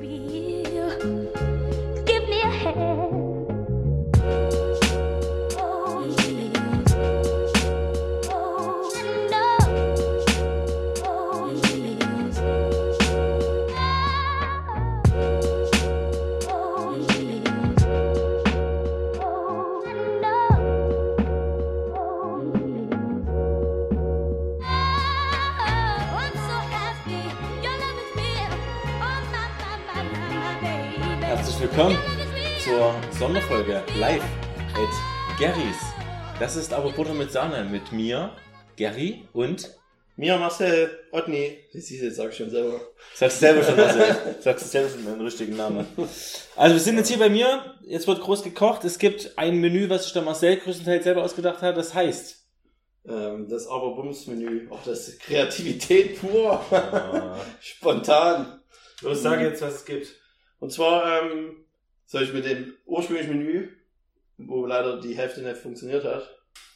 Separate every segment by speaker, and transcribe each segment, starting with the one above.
Speaker 1: real. Give me a hand. Oh, yeah. Oh, no. Oh, yeah. Oh, yeah. Oh, no. Oh, yeah.
Speaker 2: Herzlich willkommen zur Sonderfolge live at Garys. Das ist aber Butter mit Sahne mit mir, Gary und
Speaker 3: Mia, Marcel, Otni. Das ist jetzt, sag ich schon selber.
Speaker 2: sagst selber schon was, sagst selber schon deinen richtigen Namen. Also wir sind jetzt hier bei mir, jetzt wird groß gekocht, es gibt ein Menü, was sich der Marcel größtenteils selber ausgedacht hat, das heißt
Speaker 3: Ähm, das Aberbums-Menü. Auch das ist Kreativität pur.
Speaker 2: Ah.
Speaker 3: Spontan.
Speaker 4: Los, sag jetzt, was es gibt.
Speaker 3: Und zwar, ähm, soll ich mit dem ursprünglichen Menü, wo leider die Hälfte nicht funktioniert hat.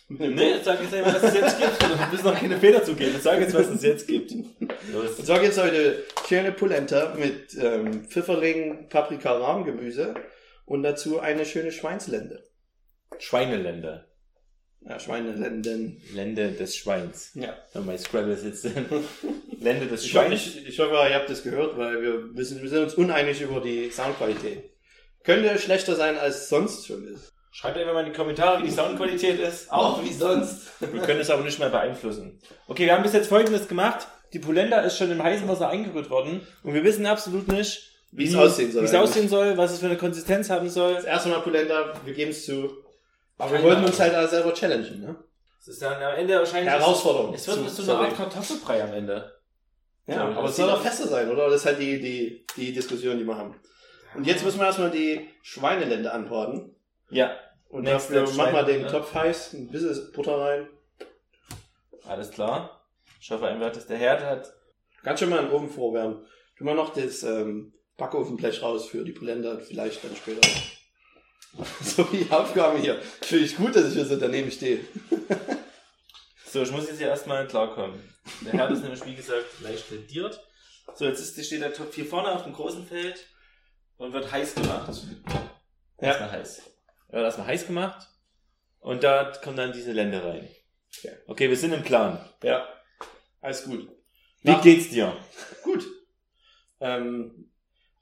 Speaker 3: Mit dem
Speaker 2: Nee, sag jetzt einfach, was es jetzt gibt. Du müssen noch keine Fehler zugeben. Sag jetzt, was es jetzt gibt.
Speaker 3: Und zwar gibt's heute schöne Polenta mit ähm, Pfifferling, Paprika, Rahmgemüse und dazu eine schöne Schweinslende.
Speaker 2: Schweinelende.
Speaker 3: Ja, Schweinelenden.
Speaker 2: Lende des Schweins.
Speaker 3: Ja.
Speaker 2: Wenn mein Scrabble sitzt. Lende des
Speaker 3: Ich hoffe,
Speaker 2: Schweins.
Speaker 3: ich, ich hoffe, ihr habt das gehört, weil wir, wissen, wir sind uns uneinig über die Soundqualität. Könnte schlechter sein, als sonst schon ist.
Speaker 2: Schreibt einfach mal in die Kommentare, wie die Soundqualität ist. Auch.
Speaker 3: wie sonst.
Speaker 2: Wir können es aber nicht mehr beeinflussen. Okay, wir haben bis jetzt folgendes gemacht. Die Polenta ist schon im heißen Wasser eingerührt worden und wir wissen absolut nicht,
Speaker 3: Wie es aussehen soll
Speaker 2: Wie es
Speaker 3: eigentlich.
Speaker 2: aussehen soll, was es für eine Konsistenz haben soll.
Speaker 3: Das erste Mal Polenta, wir geben es zu. Aber wir
Speaker 2: Keine
Speaker 3: wollten uns halt auch selber challengen, ne?
Speaker 2: Es ist dann am Ende wahrscheinlich.
Speaker 3: Herausforderung.
Speaker 2: Es wird
Speaker 3: Zu-
Speaker 2: so eine Art
Speaker 3: sorry.
Speaker 2: Kartoffelbrei am Ende.
Speaker 3: Ja, aber es soll doch fester sein, oder? Das ist halt die, die, die Diskussion, die wir haben. Und jetzt müssen wir erstmal die Schweinelende anbraten.
Speaker 2: Ja,
Speaker 3: Und
Speaker 2: Next
Speaker 3: dafür
Speaker 2: step
Speaker 3: machen wir den
Speaker 2: Schweinelende.
Speaker 3: Topf heiß, ein bisschen Butter rein.
Speaker 2: alles klar. Ich hoffe einfach, dass der Herd hat.
Speaker 3: Kannst schon mal den Ofen vorwärmen. Tu mal noch das ähm, Backofenblech raus für die Polenta, vielleicht dann später. so die Aufgaben hier. Finde ich gut, dass ich hier so daneben stehe.
Speaker 2: So, ich muss jetzt hier erstmal klarkommen. Der Herd ist nämlich, wie gesagt, leicht rendiert. So, jetzt ist, steht der Topf hier vorne auf dem großen Feld und wird heiß gemacht.
Speaker 3: Ja.
Speaker 2: Erstmal heiß. Er wird erstmal heiß gemacht und da kommen dann diese Länder rein.
Speaker 3: Okay.
Speaker 2: Okay, wir sind im Plan.
Speaker 3: Ja. Alles gut.
Speaker 2: Wie
Speaker 3: Ja.
Speaker 2: geht's dir?
Speaker 3: Gut. Ähm,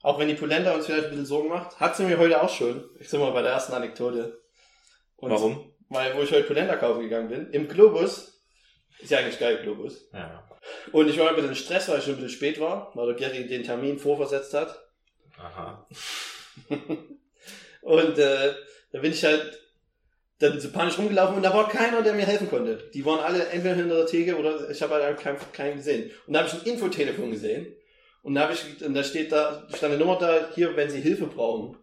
Speaker 3: auch wenn die Polenta uns vielleicht ein bisschen Sorgen macht, hat sie mir heute auch schon. Ich bin mal bei der ersten Anekdote. Und
Speaker 2: Warum?
Speaker 3: Weil, wo ich heute Polenta kaufen gegangen bin, im Globus, ist ja eigentlich geil, Globus,
Speaker 2: Ja.
Speaker 3: Und ich war ein bisschen in Stress, weil ich schon ein bisschen spät war, weil der Gary den Termin vorversetzt hat.
Speaker 2: Aha.
Speaker 3: Und äh, da bin ich halt dann so panisch rumgelaufen und da war keiner, der mir helfen konnte. Die waren alle entweder hinter der Theke oder ich habe halt einfach keinen, keinen gesehen. Und da habe ich ein Infotelefon gesehen und da, habe ich, und da steht da, stand eine Nummer da, hier, wenn sie Hilfe brauchen.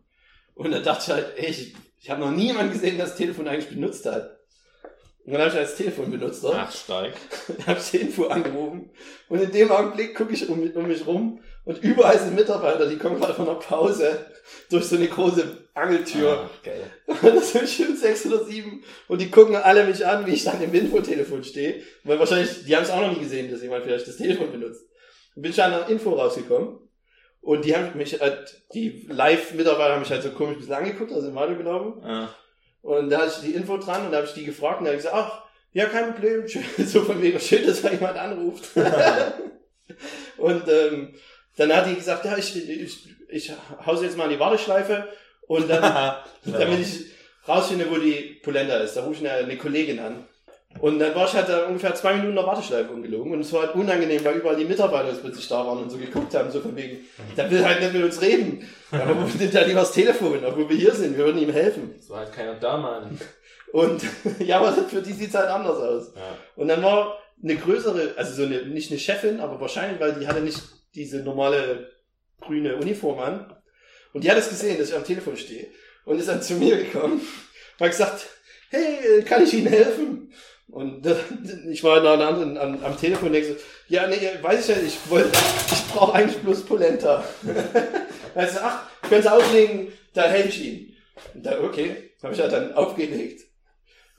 Speaker 3: Und da dachte ich halt, ey, ich, ich habe noch niemanden gesehen, der das Telefon eigentlich benutzt hat. Und dann habe ich halt das Telefon benutzt. oder?
Speaker 2: Ach, stark.
Speaker 3: habe ich die Info angerufen und in dem Augenblick gucke ich um, mich- um mich rum und überall sind Mitarbeiter, die kommen gerade von der Pause durch so eine große Angeltür.
Speaker 2: Ah, geil.
Speaker 3: Und das sind schon sechs oder sieben und die gucken alle mich an, wie ich dann im Infotelefon stehe, weil wahrscheinlich, die haben es auch noch nie gesehen, dass jemand vielleicht das Telefon benutzt. Und bin ich an der Info rausgekommen und die haben mich, halt, die Live-Mitarbeiter haben mich halt so komisch ein bisschen angeguckt, also im Radio gelaufen.
Speaker 2: Ah.
Speaker 3: Und da hatte ich die Info dran und da habe ich die gefragt und da habe ich gesagt, ach, ja, kein Problem. Schön- So von wegen, schön, dass mal jemand anruft. und ähm, dann hat die gesagt, ja, ich, ich, ich hause jetzt mal in die Warteschleife und dann, damit ich rausfinde, wo die Polenta ist. Da rufe ich eine, eine Kollegin an. Und dann war ich halt da ungefähr zwei Minuten in der Warteschleife ungelogen. Und es war halt unangenehm, weil überall die Mitarbeiter jetzt plötzlich da waren und so geguckt haben, so von wegen, der will halt nicht mit uns reden. Aber wo nimmt er lieber das Telefon, obwohl wir hier sind, wir würden ihm helfen.
Speaker 2: Es war halt keiner da, Mann.
Speaker 3: Und ja, aber für die sieht's halt anders aus.
Speaker 2: Ja.
Speaker 3: Und dann war eine größere, also so eine, nicht eine Chefin, aber wahrscheinlich, weil die hatte nicht diese normale grüne Uniform an. Und die hat es gesehen, dass ich am Telefon stehe. Und ist dann zu mir gekommen und hat gesagt, hey, äh, kann ich Ihnen helfen? Und äh, ich war an einer anderen an, am Telefon und denke so, ja, nee, weiß ich ja, ich wollte, ich brauche eigentlich bloß Polenta. weißt du, ach, können Sie auflegen, da helfe ich Ihnen. Und da, okay, habe ich halt dann aufgelegt.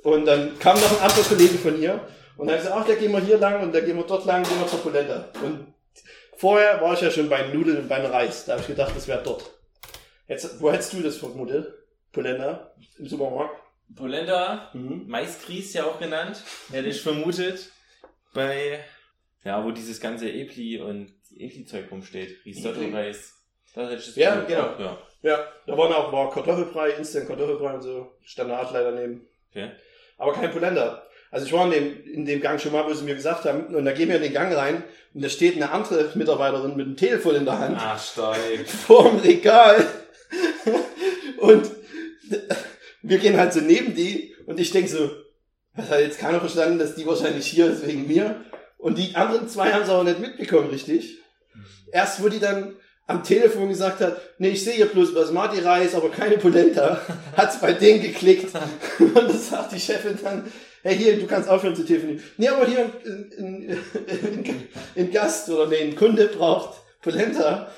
Speaker 3: Und dann kam noch ein anderer Kollege von ihr und dann hat gesagt, ach, da gehen wir hier lang und da gehen wir dort lang, gehen wir zur Polenta. Und Vorher war ich ja schon bei Nudeln und bei Reis. Da habe ich gedacht, das wäre dort. Jetzt, wo hättest du das vermutet? Polenta? Im Supermarkt?
Speaker 2: Polenta,
Speaker 3: Mhm.
Speaker 2: Maiskries ja auch genannt, hätte ich vermutet. Bei, ja, wo dieses ganze Epli und Epli-Zeug rumsteht. Risotto-Reis. Da hätte ich das
Speaker 3: Ja,
Speaker 2: vermutet.
Speaker 3: genau.
Speaker 2: Ja.
Speaker 3: Ja, da waren auch war Kartoffelbrei, Instant Kartoffelbrei und so. Standard leider neben.
Speaker 2: Okay.
Speaker 3: Aber kein Polenta. Also ich war in dem, in dem Gang schon mal, wo sie mir gesagt haben, und da gehen wir in den Gang rein und da steht eine andere Mitarbeiterin mit einem Telefon in der Hand.
Speaker 2: Ah, stark.
Speaker 3: vorm Regal. Und wir gehen halt so neben die und ich denke so, das hat jetzt keiner verstanden, dass die wahrscheinlich hier ist wegen mir. Und die anderen zwei haben es auch nicht mitbekommen, richtig? Erst wo die dann am Telefon gesagt hat, nee, ich sehe hier bloß Basmati-Reis, aber keine Polenta, hat es bei denen geklickt. Und das sagt die Chefin dann, hey, hier, du kannst aufhören zu telefonieren. Nee, aber hier ein, ein, ein, ein Gast oder nee, ein Kunde braucht Polenta.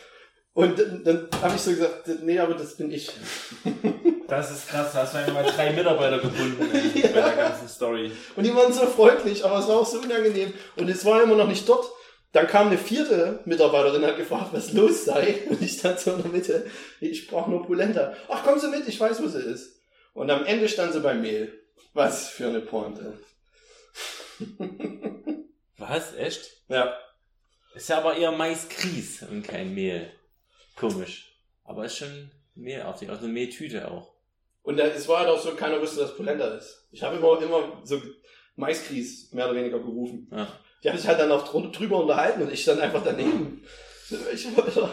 Speaker 3: Und dann, dann habe ich so gesagt, nee, aber das bin ich.
Speaker 5: Das ist krass, da hast du einfach mal drei Mitarbeiter gebunden ey,
Speaker 3: Ja.
Speaker 5: bei der ganzen Story.
Speaker 3: Und die waren so freundlich, aber es war auch so unangenehm. Und es war immer noch nicht dort. Dann kam eine vierte Mitarbeiterin, hat gefragt, was los sei. Und ich stand so in der Mitte, ich brauche nur Polenta. Ach, kommen Sie mit, ich weiß, wo sie ist. Und am Ende stand sie bei Mehl. Was für eine Pointe.
Speaker 2: Was? Echt?
Speaker 3: Ja.
Speaker 2: Ist ja aber eher Maiskries und kein Mehl. Komisch. Aber ist schon mehlartig. Also Mehltüte auch.
Speaker 3: Und da- es war halt auch so, keiner wusste, dass Polenta ist. Ich habe immer, immer so Maiskries mehr oder weniger gerufen.
Speaker 2: Ja.
Speaker 3: Die haben sich halt dann auch drun- drüber unterhalten und ich stand einfach daneben. Ich, wollte-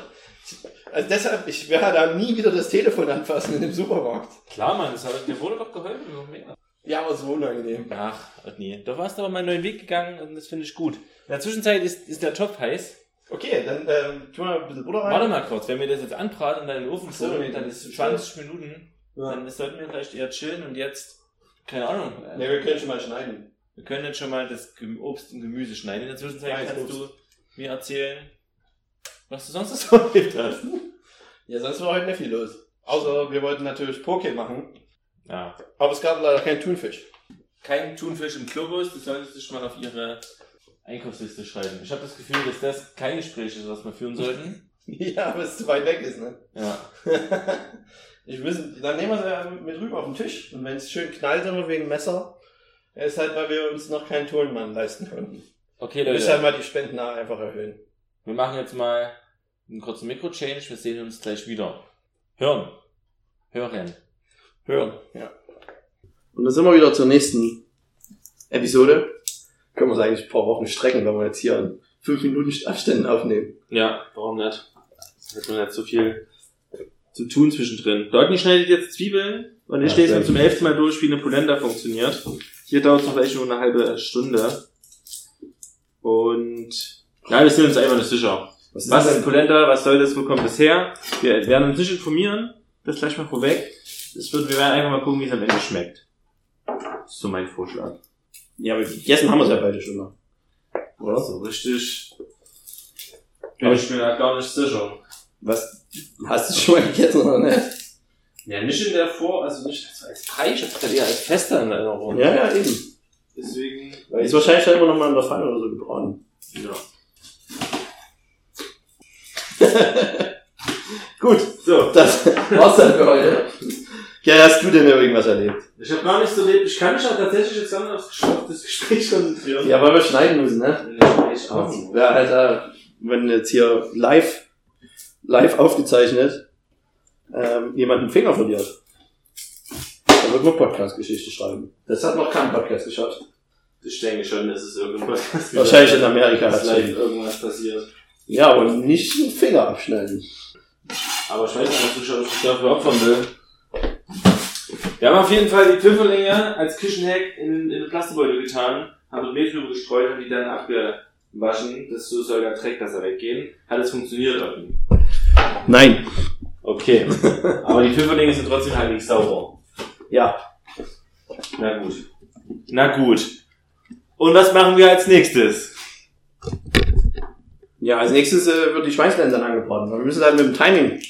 Speaker 3: also deshalb, ich werde da nie wieder das Telefon anfassen in dem Supermarkt.
Speaker 2: Klar, Mann, das hat, dir wurde doch geholfen. noch mehr.
Speaker 3: Ja, aber so unangenehm.
Speaker 2: Ach, Otni. Du warst aber meinen neuen Weg gegangen und das finde ich gut. In der Zwischenzeit ist, ist der Topf heiß.
Speaker 3: Okay, dann ähm, tun wir ein bisschen Butter rein.
Speaker 2: Warte mal kurz, wenn wir das jetzt anbraten und dann in den Ofen
Speaker 3: So,
Speaker 2: kurbeln, dann ist es 20 Minuten.
Speaker 3: Ja.
Speaker 2: Dann sollten wir vielleicht eher chillen und jetzt, keine Ahnung, äh,
Speaker 3: Ne, wir können schon mal schneiden.
Speaker 2: wir können jetzt schon mal das Gem- Obst und Gemüse schneiden. In der Zwischenzeit
Speaker 3: Weiß
Speaker 2: kannst du
Speaker 3: Obst.
Speaker 2: mir erzählen, was du sonst noch so erlebt hast.
Speaker 3: Ja, sonst war heute nicht viel los. Außer wir wollten natürlich Poke machen,
Speaker 2: Ja.
Speaker 3: aber es gab leider keinen Thunfisch.
Speaker 2: Kein Thunfisch im Globus, das solltest du schon mal auf ihre Einkaufsliste schreiben. Ich habe das Gefühl, dass das kein Gespräch ist, was wir führen sollten.
Speaker 3: ja, aber es zu weit weg ist, ne?
Speaker 2: Ja.
Speaker 3: ich wissen, dann nehmen wir es ja mit rüber auf den Tisch. Und wenn es schön knallt, immer wegen Messer, ist halt, weil wir uns noch keinen Tonmann leisten konnten.
Speaker 2: Okay,
Speaker 3: Wir
Speaker 2: Leute,
Speaker 3: müssen halt mal die Spenden einfach erhöhen.
Speaker 2: wir machen jetzt mal einen kurzen Mikro-Change. Wir sehen uns gleich wieder. Hören. Hören.
Speaker 3: Hören, ja. Und dann sind wir wieder zur nächsten Episode. Können wir es eigentlich ein paar Wochen strecken, wenn wir jetzt hier in fünf Minuten Abständen aufnehmen.
Speaker 2: Ja, warum nicht? Das hat man nicht so viel zu tun zwischendrin. Deutlich schneidet jetzt Zwiebeln und ich
Speaker 3: Ja,
Speaker 2: lese
Speaker 3: sehr
Speaker 2: mir zum
Speaker 3: gut.
Speaker 2: elften Mal durch, wie eine Polenta funktioniert. Hier dauert es vielleicht nur eine halbe Stunde. Und ja, wir sind uns einfach nicht sicher.
Speaker 3: Was
Speaker 2: Was ist
Speaker 3: denn?
Speaker 2: Polenta? Was soll das? Wo kommt das her? Wir werden uns nicht informieren. Das gleich mal vorweg. Es wird, wir werden einfach mal gucken, wie es am Ende schmeckt. Das ist so mein Vorschlag.
Speaker 3: Ja, aber gegessen haben wir es ja beide schon mal. Oder?
Speaker 2: So richtig.
Speaker 3: Ja.
Speaker 2: Ich bin da gar nicht sicher.
Speaker 3: Was? Hast du schon mal gegessen oder nicht?
Speaker 2: Ja, nicht in der Vor-, also nicht so als Teich, ich hatte eher als Fester in Erinnerung.
Speaker 3: Ja, ja, eben.
Speaker 2: Deswegen.
Speaker 3: Ist wahrscheinlich halt immer noch mal in der Pfanne oder so gebraten.
Speaker 2: Ja.
Speaker 3: Gut,
Speaker 2: So,
Speaker 3: das war's dann für heute. Ja, hast du denn irgendwas erlebt?
Speaker 2: ich habe gar nicht so erlebt, ich kann mich ja tatsächlich jetzt gar nicht aufs Gesch- auf das Gespräch konzentrieren.
Speaker 3: Ja, weil wir schneiden müssen, ne?
Speaker 2: Nee, ich auch nicht.
Speaker 3: Ja, Alter, wenn jetzt hier live, live aufgezeichnet, ähm, jemand einen Finger verliert, dann wird man Podcast-Geschichte schreiben. Das hat noch kein Podcast geschafft.
Speaker 2: Ich denke schon, dass es irgendwas
Speaker 3: Wahrscheinlich in Amerika
Speaker 2: dass
Speaker 3: hat's
Speaker 2: vielleicht
Speaker 3: schon.
Speaker 2: irgendwas passiert.
Speaker 3: Ja, aber nicht einen Finger abschneiden.
Speaker 2: Aber ich weiß nicht, ob ich das dafür opfern will. Wir haben auf jeden Fall die Pfifferlinge als Küchenhack in, in den Plastikbeutel getan, haben mit Mehl drüber gestreut und die dann abgewaschen. Das so soll der Dreck besser weggehen. Hat es funktioniert, Otten?
Speaker 3: Nein.
Speaker 2: Okay. Aber die Pfifferlinge sind trotzdem halbwegs sauber.
Speaker 3: Ja.
Speaker 2: Na gut. Na gut. Und was machen wir als nächstes?
Speaker 3: Ja, als nächstes äh, wird die Schweinslense angebraten. Wir müssen halt mit dem Timing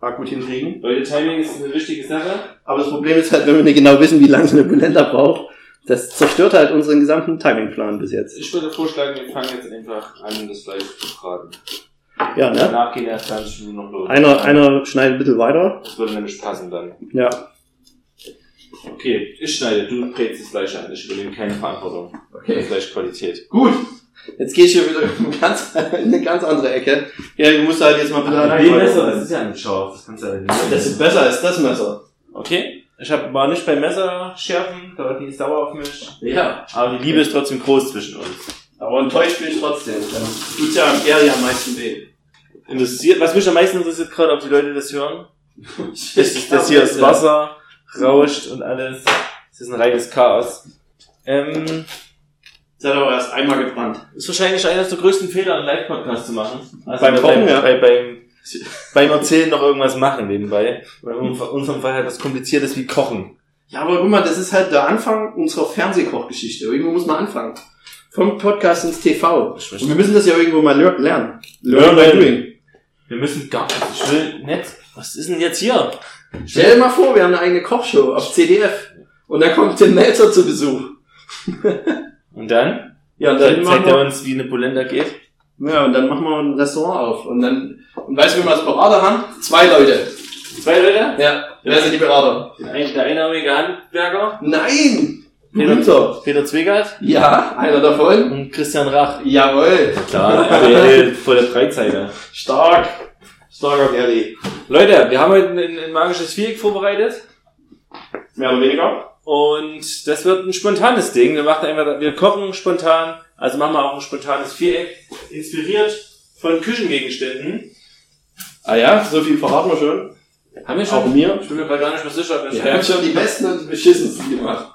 Speaker 3: arg gut hinkriegen.
Speaker 2: Leute, Timing ist eine wichtige Sache.
Speaker 3: Aber das Problem ist halt, wenn wir nicht genau wissen, wie lange so eine Polenta braucht, Das zerstört halt unseren gesamten Timingplan bis jetzt.
Speaker 2: Ich würde vorschlagen, wir fangen jetzt einfach an, das Fleisch zu braten.
Speaker 3: Ja, ne?
Speaker 2: Danach gehen erst 20 Minuten noch los.
Speaker 3: Einer, einer schneidet ein bisschen weiter.
Speaker 2: Das würde nämlich passen dann.
Speaker 3: Ja.
Speaker 2: Okay, ich schneide, du brätst das Fleisch an. Ich übernehme keine Verantwortung. für die
Speaker 3: Okay.
Speaker 2: Fleischqualität.
Speaker 3: Gut. Jetzt gehe ich hier wieder in, ganz, in eine ganz andere Ecke. Ja, du musst halt jetzt mal ein bisschen an die Folge-
Speaker 2: ja nicht scharf. Das kannst du ja
Speaker 3: Das ist besser als das Messer.
Speaker 2: Okay, ich hab, war nicht bei Messer schärfen, da die ist sauer auf mich.
Speaker 3: Ja.
Speaker 2: Aber die Liebe ist trotzdem groß zwischen uns.
Speaker 3: Aber enttäuscht bin ich trotzdem. Dann tut's ja am Gary am meisten weh.
Speaker 2: Interessiert, was mich am meisten interessiert gerade, ob die Leute das hören, ist, dass das hier das
Speaker 3: Ja.
Speaker 2: Wasser rauscht und alles. Es ist ein reines Chaos. Ähm,
Speaker 3: Das hat aber erst einmal gebrannt.
Speaker 2: ist wahrscheinlich einer der größten Fehler, einen Live-Podcast zu machen. Also
Speaker 3: Beim Kochen, ja.
Speaker 2: bei, beim, beim Erzählen noch irgendwas machen nebenbei. Weil in unserem Fall halt was Kompliziertes wie Kochen.
Speaker 3: Ja, aber guck mal, das ist halt der Anfang unserer Fernsehkochgeschichte. Irgendwo muss man anfangen. Vom Podcast ins TV.
Speaker 2: Ich
Speaker 3: Und wir müssen das ja irgendwo mal ler- lernen.
Speaker 2: Learn by
Speaker 3: doing.
Speaker 2: Wir müssen gar nicht, ich will nicht. Was ist denn jetzt hier?
Speaker 3: Stell dir mal vor, wir haben eine eigene Kochshow auf CDF. Und da kommt Tim Melzer zu Besuch.
Speaker 2: Und dann?
Speaker 3: Ja, und
Speaker 2: Dann zeigt
Speaker 3: dann machen
Speaker 2: er
Speaker 3: wir,
Speaker 2: uns, wie eine Polenta geht.
Speaker 3: ja, und dann machen wir ein Restaurant auf. Und dann, und weißt du, wie wir als Berater haben? Zwei Leute.
Speaker 2: Zwei Leute?
Speaker 3: Ja, wer sind die Berater?
Speaker 2: Der ein- der einarmige Handwerker, Mhm.
Speaker 3: Nein!
Speaker 2: Peter.
Speaker 3: Günther.
Speaker 2: Peter Zwegert
Speaker 3: Ja, einer davon.
Speaker 2: und Christian Rach.
Speaker 3: Jawohl.
Speaker 2: Klar, RTL, volle Breitseite.
Speaker 3: Stark. Stark und ehrlich.
Speaker 2: Leute, wir haben heute ein, ein magisches Viereck vorbereitet
Speaker 3: Mehr oder weniger?
Speaker 2: und das wird ein spontanes Ding. Wir machen einfach, wir kochen spontan, also machen wir auch ein spontanes Viereck, inspiriert von Küchengegenständen.
Speaker 3: Ah ja, so viel verraten wir schon.
Speaker 2: Haben wir
Speaker 3: Auch
Speaker 2: schon?
Speaker 3: mir?
Speaker 2: Ich bin mir gerade gar nicht mehr sicher. ob wir
Speaker 3: Wir
Speaker 2: schon-
Speaker 3: haben schon die besten und die beschissensten gemacht.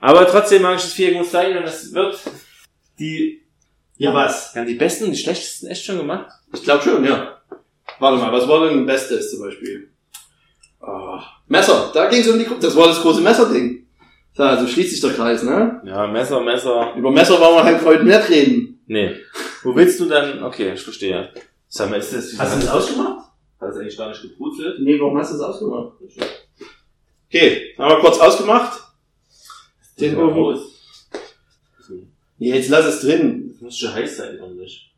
Speaker 2: Aber trotzdem magisches Viereck muss sein und das wird die,
Speaker 3: Ja, was?
Speaker 2: wir haben die besten und die schlechtesten echt schon gemacht.
Speaker 3: Ich glaube schon, ja. Warte mal, was war denn Bestes zum Beispiel? Ah, Messer, da ging es um die Gru- Das war das große Messerding. So, also schließt sich der Kreis, ne?
Speaker 2: Ja, Messer, Messer.
Speaker 3: Über Messer wollen wir halt heute nicht reden.
Speaker 2: Nee. Wo willst du dann? Okay, ich verstehe. Sag mal, ist das
Speaker 6: Hast du das ausgemacht?
Speaker 2: Hat das eigentlich gar nicht geputzelt?
Speaker 3: Nee, warum hast du es ausgemacht? Okay, haben wir kurz ausgemacht. Den Ofen. Ja, jetzt lass es drin.
Speaker 2: Das muss schon heiß sein, ordentlich.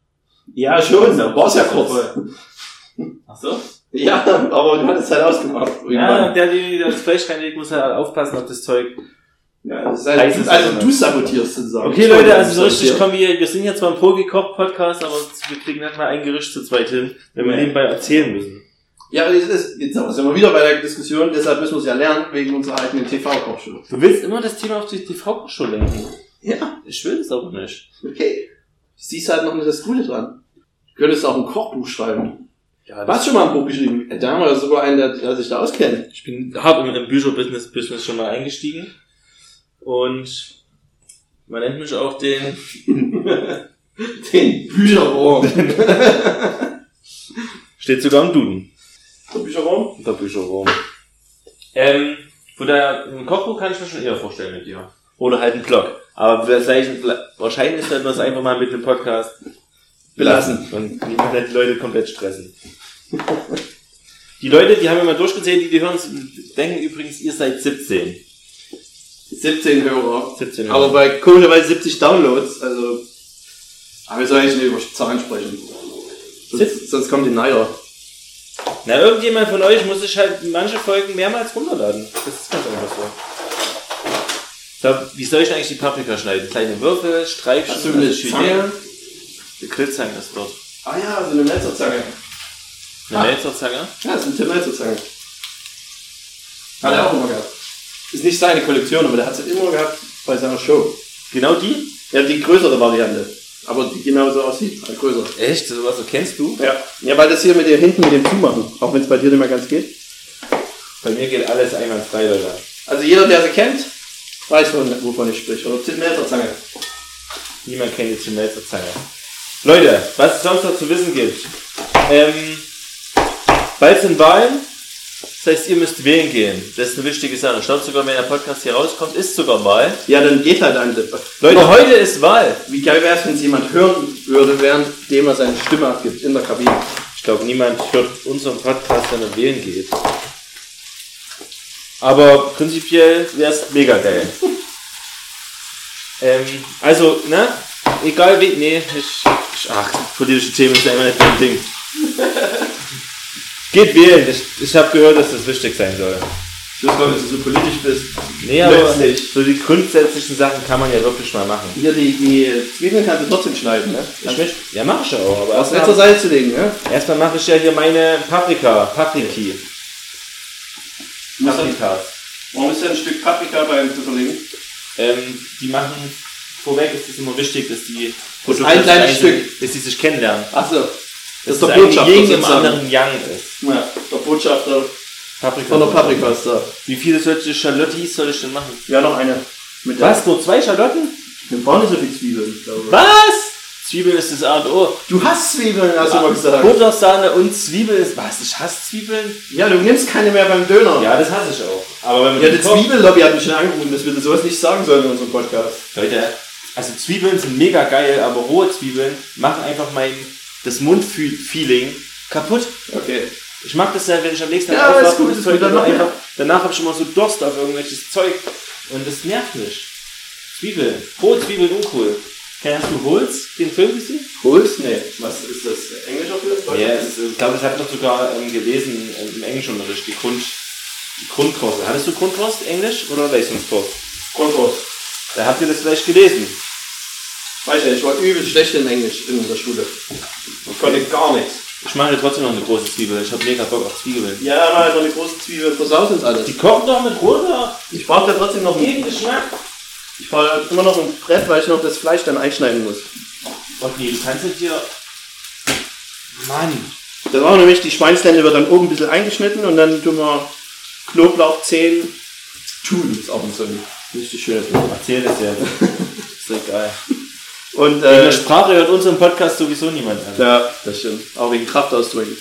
Speaker 3: Ja, schon, da war es ja kurz.
Speaker 2: Ach so?
Speaker 3: Ja, aber du hattest halt ausgemacht.
Speaker 2: Ja, der, der, der das Fleisch reinlegt, muss halt aufpassen auf das Zeug.
Speaker 3: Ja, das ist halt,
Speaker 2: Heißes
Speaker 3: also
Speaker 2: Wasser.
Speaker 3: du sabotierst sozusagen.
Speaker 2: Okay, Leute, also so richtig kommen wir, wir sind ja zwar ein Pro-Gekocht-Podcast, aber wir kriegen nicht mal ein Gericht zu zweit hin, wenn wir
Speaker 3: Nee.
Speaker 2: nebenbei erzählen müssen.
Speaker 3: Ja, aber das ist, jetzt sind wir wieder bei der Diskussion, deshalb müssen wir es ja lernen, wegen unserer eigenen TV-Kochschule.
Speaker 2: Du willst immer das Thema auf die TV-Show lenken.
Speaker 3: Ja,
Speaker 2: Ich will das aber nicht.
Speaker 3: okay. Siehst halt noch nicht das Gute dran. Du könntest auch ein Kochbuch schreiben.
Speaker 2: Ja,
Speaker 3: Du hast schon mal ein Buch geschrieben. Da haben wir sogar einen, der, der sich da auskennt.
Speaker 2: Ich bin hart im, im Bücherbusiness Business schon mal eingestiegen. Und man nennt mich auch den.
Speaker 3: Den Bücherwurm.
Speaker 2: Steht sogar im Duden.
Speaker 3: der Bücherwurm?
Speaker 2: Der Bücherraum. Ähm, von daher, ein Kochbuch kann ich mir schon eher vorstellen mit dir. Oder halt ein Blog. Aber vielleicht, wahrscheinlich sollten wir es einfach mal mit einem Podcast
Speaker 3: Belassen.
Speaker 2: Und nicht mehr die Leute komplett stressen. Die Leute, die haben wir mal durchgezählt, die, die hören uns, denken übrigens, ihr seid 17.
Speaker 3: 17 Hörer.
Speaker 2: 17
Speaker 3: Aber bei komischerweise 70 Downloads, also. Aber wir sollen eigentlich nicht über Zahlen sprechen. Sonst, sonst kommt die Neider.
Speaker 2: Na, irgendjemand von euch muss sich halt manche Folgen mehrmals runterladen. Das ist ganz einfach so. Da, wie soll ich denn eigentlich die Paprika schneiden? Kleine Würfel, Streifchen,
Speaker 3: Hast du eine Zange?
Speaker 2: Die Grillzange ist dort.
Speaker 3: Ah ja, so eine Melzerzange.
Speaker 2: Eine
Speaker 3: Ah.
Speaker 2: Melzerzange?
Speaker 3: Ja, das ist ein Tim Melzer-Zange. Hat er auch immer gehabt. Ist nicht seine Kollektion, aber der hat sie immer gehabt bei seiner Show.
Speaker 2: Genau die?
Speaker 3: Ja, die größere Variante. Aber die genauso aussieht, halt größer.
Speaker 2: Echt? So was kennst du?
Speaker 3: Ja. Ja, weil das hier mit dir hinten mit dem Zumachen, auch wenn es bei dir nicht mehr ganz geht.
Speaker 2: Bei mir geht alles einwandfrei, Leute.
Speaker 3: Also jeder, der sie kennt, weiß, wovon, wovon ich spreche. Oder Tim Melzer-Zange.
Speaker 2: Niemand kennt jetzt die Melzerzange. Leute, was es sonst noch zu wissen gibt. Ähm, bald sind Wahlen. Das heißt, ihr müsst wählen gehen. Das ist eine wichtige Sache. Schaut sogar, wenn der Podcast hier rauskommt, ist sogar Wahl.
Speaker 3: Ja, dann geht halt ein Tipp.
Speaker 2: Leute, heute ist Wahl.
Speaker 3: Wie geil wäre es, wenn es jemand hören würde, währenddem er seine Stimme abgibt in der Kabine.
Speaker 2: Ich glaube, niemand hört unseren Podcast, wenn er wählen geht. Aber prinzipiell wäre es mega geil. ähm, also, ne? Egal wie. Nee, ich, ich, ach, politische Themen ist ja immer nicht mein Ding. Geht wählen. Ich, ich habe gehört, dass das wichtig sein soll.
Speaker 7: Das war, wenn du so politisch bist.
Speaker 2: Nee, aber
Speaker 7: Plötzlich.
Speaker 2: so die grundsätzlichen Sachen kann man ja wirklich mal machen.
Speaker 3: Hier, die, die Zwiebeln kannst du trotzdem schneiden, ne?
Speaker 2: Ich möchte, ja, mach ich ja auch, aber
Speaker 3: Aus letzter
Speaker 2: erstmal,
Speaker 3: Seite zu legen, ne?
Speaker 2: erstmal mache ich ja hier meine Paprika, Papriki,
Speaker 3: Muss dann-
Speaker 2: Paprikas.
Speaker 3: Warum ist denn ein Stück Paprika beim Pfifferling?
Speaker 2: Ähm, die machen, vorweg ist es immer wichtig, dass die Produkte
Speaker 3: ein
Speaker 2: gleich
Speaker 3: kleines
Speaker 2: sind, dass die sich kennenlernen.
Speaker 3: Achso, das ist
Speaker 2: Dass
Speaker 3: der
Speaker 2: eine
Speaker 3: Botschafter
Speaker 2: Yin im
Speaker 3: sozusagen.
Speaker 2: anderen Yang ist.
Speaker 3: ja, der Botschafter
Speaker 2: Paprika.
Speaker 3: von der Paprika ist da.
Speaker 2: Wie viele solche Charlottis soll ich denn machen?
Speaker 3: Ja, noch eine. Mit
Speaker 2: Was, nur zwei Schalotten?
Speaker 3: Wir brauchen nicht so viel Zwiebeln, ich glaube.
Speaker 2: Was? Zwiebeln ist das A und O.
Speaker 3: Du hast Zwiebeln, hast du mal gesagt.
Speaker 2: Butter, Sahne und Zwiebel ist, was, ich hasse Zwiebeln?
Speaker 3: Ja, du nimmst keine mehr beim Döner.
Speaker 2: Ja, das hasse ich auch. Aber wenn man
Speaker 3: Ja,
Speaker 2: die
Speaker 3: die
Speaker 2: kocht-
Speaker 3: Zwiebellobby hat mich schon angerufen, dass wir sowas nicht sagen sollen in unserem Podcast.
Speaker 2: Leute, also Zwiebeln sind mega geil, aber rohe Zwiebeln machen einfach mein das Mundfeeling kaputt.
Speaker 3: Okay.
Speaker 2: Ich mag das ja, wenn ich am nächsten Tag
Speaker 3: Ja,
Speaker 2: aufwache
Speaker 3: ist gut,
Speaker 2: und das
Speaker 3: ist
Speaker 2: Zeug
Speaker 3: gut, dann
Speaker 2: nur
Speaker 3: mach mehr.
Speaker 2: einfach, danach habe ich immer so Durst auf irgendwelches Zeug und das nervt mich. Zwiebeln, rohe Zwiebeln uncool. Kenn- Hast du Holz, den Film gesehen?
Speaker 3: Holz? Nee. Was ist das? Englischer Holz?
Speaker 2: Ja, es- ich glaube, das habe ich doch sogar ähm, gelesen ähm, im Englischunterricht, die Grund, die Grundkost. Hattest du Grundkost, Englisch oder Leistungskurs?
Speaker 3: Grundkurs.
Speaker 2: Da habt ihr das vielleicht gelesen.
Speaker 3: Weiß nicht, ich war übel schlecht in Englisch in unserer Schule. Ich konnte gar nichts.
Speaker 2: Ich mache trotzdem noch eine große Zwiebel. Ich habe mega Bock auf Zwiebeln.
Speaker 3: Ja, aber halt noch eine große Zwiebel versaut uns alles.
Speaker 2: Die kochen doch mit roter,
Speaker 3: Ich brauche ja trotzdem noch ein,
Speaker 2: jeden Geschmack.
Speaker 3: ich brauche immer noch ein Brett, weil ich noch das Fleisch dann einschneiden muss.
Speaker 2: Und nee, du kannst jetzt hier. Mann.
Speaker 3: Das war nämlich, die Schweinslende wird dann oben ein bisschen eingeschnitten und dann tun wir Knoblauchzehen. Tun ist auch so ein richtig schönes Wort.
Speaker 2: Erzähl das jetzt. ist doch egal.
Speaker 3: Und
Speaker 2: In
Speaker 3: äh,
Speaker 2: der Sprache hört unseren Podcast sowieso niemand an.
Speaker 3: Ja, das stimmt. Auch wegen Kraftausdrücken.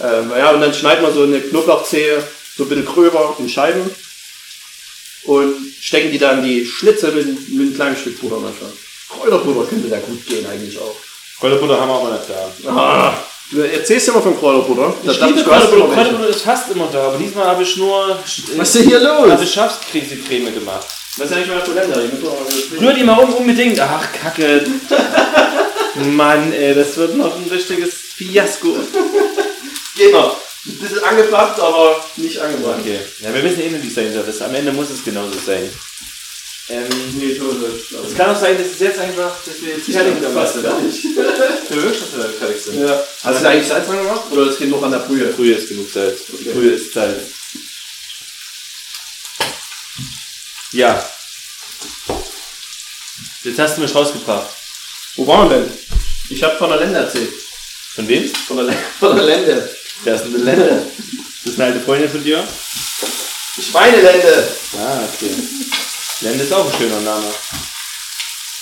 Speaker 3: Ähm, ja, und dann schneidet man so eine Knoblauchzehe so ein bisschen gröber in Scheiben und stecken die dann die Schlitze mit, mit einem kleinen Stück Butter manchmal. Kräuterpulver könnte da gut gehen eigentlich auch.
Speaker 2: Kräuterbutter haben wir aber nicht da.
Speaker 3: Ah, du erzählst immer von Kräuterbutter. Da
Speaker 2: Ich
Speaker 3: dachte
Speaker 2: liebe
Speaker 3: du hast
Speaker 2: Kräuterbutter.
Speaker 3: noch welche.
Speaker 2: Kräuterbutter ist fast immer da, aber diesmal habe ich nur. äh,
Speaker 3: Was ist denn hier los?
Speaker 2: Habe ich Schafskrise-Creme gemacht.
Speaker 3: Was ist eigentlich mein Kalender? Ich muss doch mal-
Speaker 2: Rühr die mal um, unbedingt. Ach, kacke. Mann, ey, das wird noch ein richtiges Fiasko.
Speaker 3: Geht noch. Ein bisschen angeplatzt, aber nicht angebrannt.
Speaker 2: Okay. Ja, wir wissen eh nicht, wie es sein soll. Das, am Ende muss es genauso sein. Ähm,
Speaker 3: Nee, ich hoffe, ich glaube.
Speaker 2: es kann auch sein, dass es jetzt einfach, dass wir jetzt fertig damit
Speaker 3: Fast
Speaker 2: sind.
Speaker 3: fertig.
Speaker 2: Ja, wirklich, dass wir damit fertig sind.
Speaker 3: Ja.
Speaker 2: Also
Speaker 3: Hast du da eigentlich Salz dran gemacht? Oder das geht noch an der Brühe?
Speaker 2: Brühe ist genug Salz.
Speaker 3: Okay.
Speaker 2: Brühe ist Salz. Ja. Jetzt hast du mich rausgebracht.
Speaker 3: Wo waren wir denn? Ich habe von der Lende erzählt.
Speaker 2: Von wem?
Speaker 3: Von der, Le- von der Lende.
Speaker 2: Der ist eine Lende. Das ist eine alte Freundin von dir?
Speaker 3: Schweinelende.
Speaker 2: Ah, okay. Lende ist auch ein schöner Name.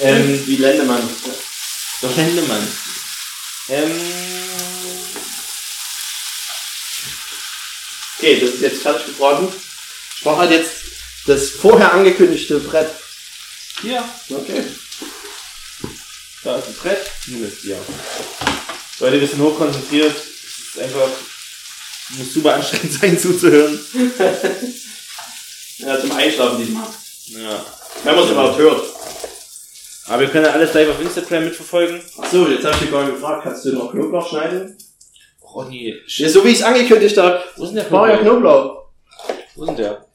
Speaker 2: Ähm,
Speaker 3: Wie Lendemann.
Speaker 2: Doch Ähm, Lendemann. Ähm.
Speaker 3: Okay, das ist jetzt fertig gebraten. Ich brauche halt jetzt das vorher angekündigte Brett.
Speaker 2: Hier.
Speaker 3: Okay.
Speaker 2: Da ist ein Brett. Nun ist ja. Leute, wir sind hochkonzentriert. Es ist einfach. Muss super anstrengend sein zuzuhören.
Speaker 3: Ja, zum Einschlafen diesmal.
Speaker 2: Ja.
Speaker 3: Wenn man es überhaupt hört.
Speaker 2: Aber wir können ja alles live auf Instagram mitverfolgen.
Speaker 3: Achso, jetzt habe ich dich gerade gefragt, kannst du noch Knoblauch schneiden?
Speaker 2: Ronny,
Speaker 3: Ja, so wie ich es angekündigt habe.
Speaker 2: wo ist denn der
Speaker 3: War ja Knoblauch.
Speaker 2: Wo ist denn der?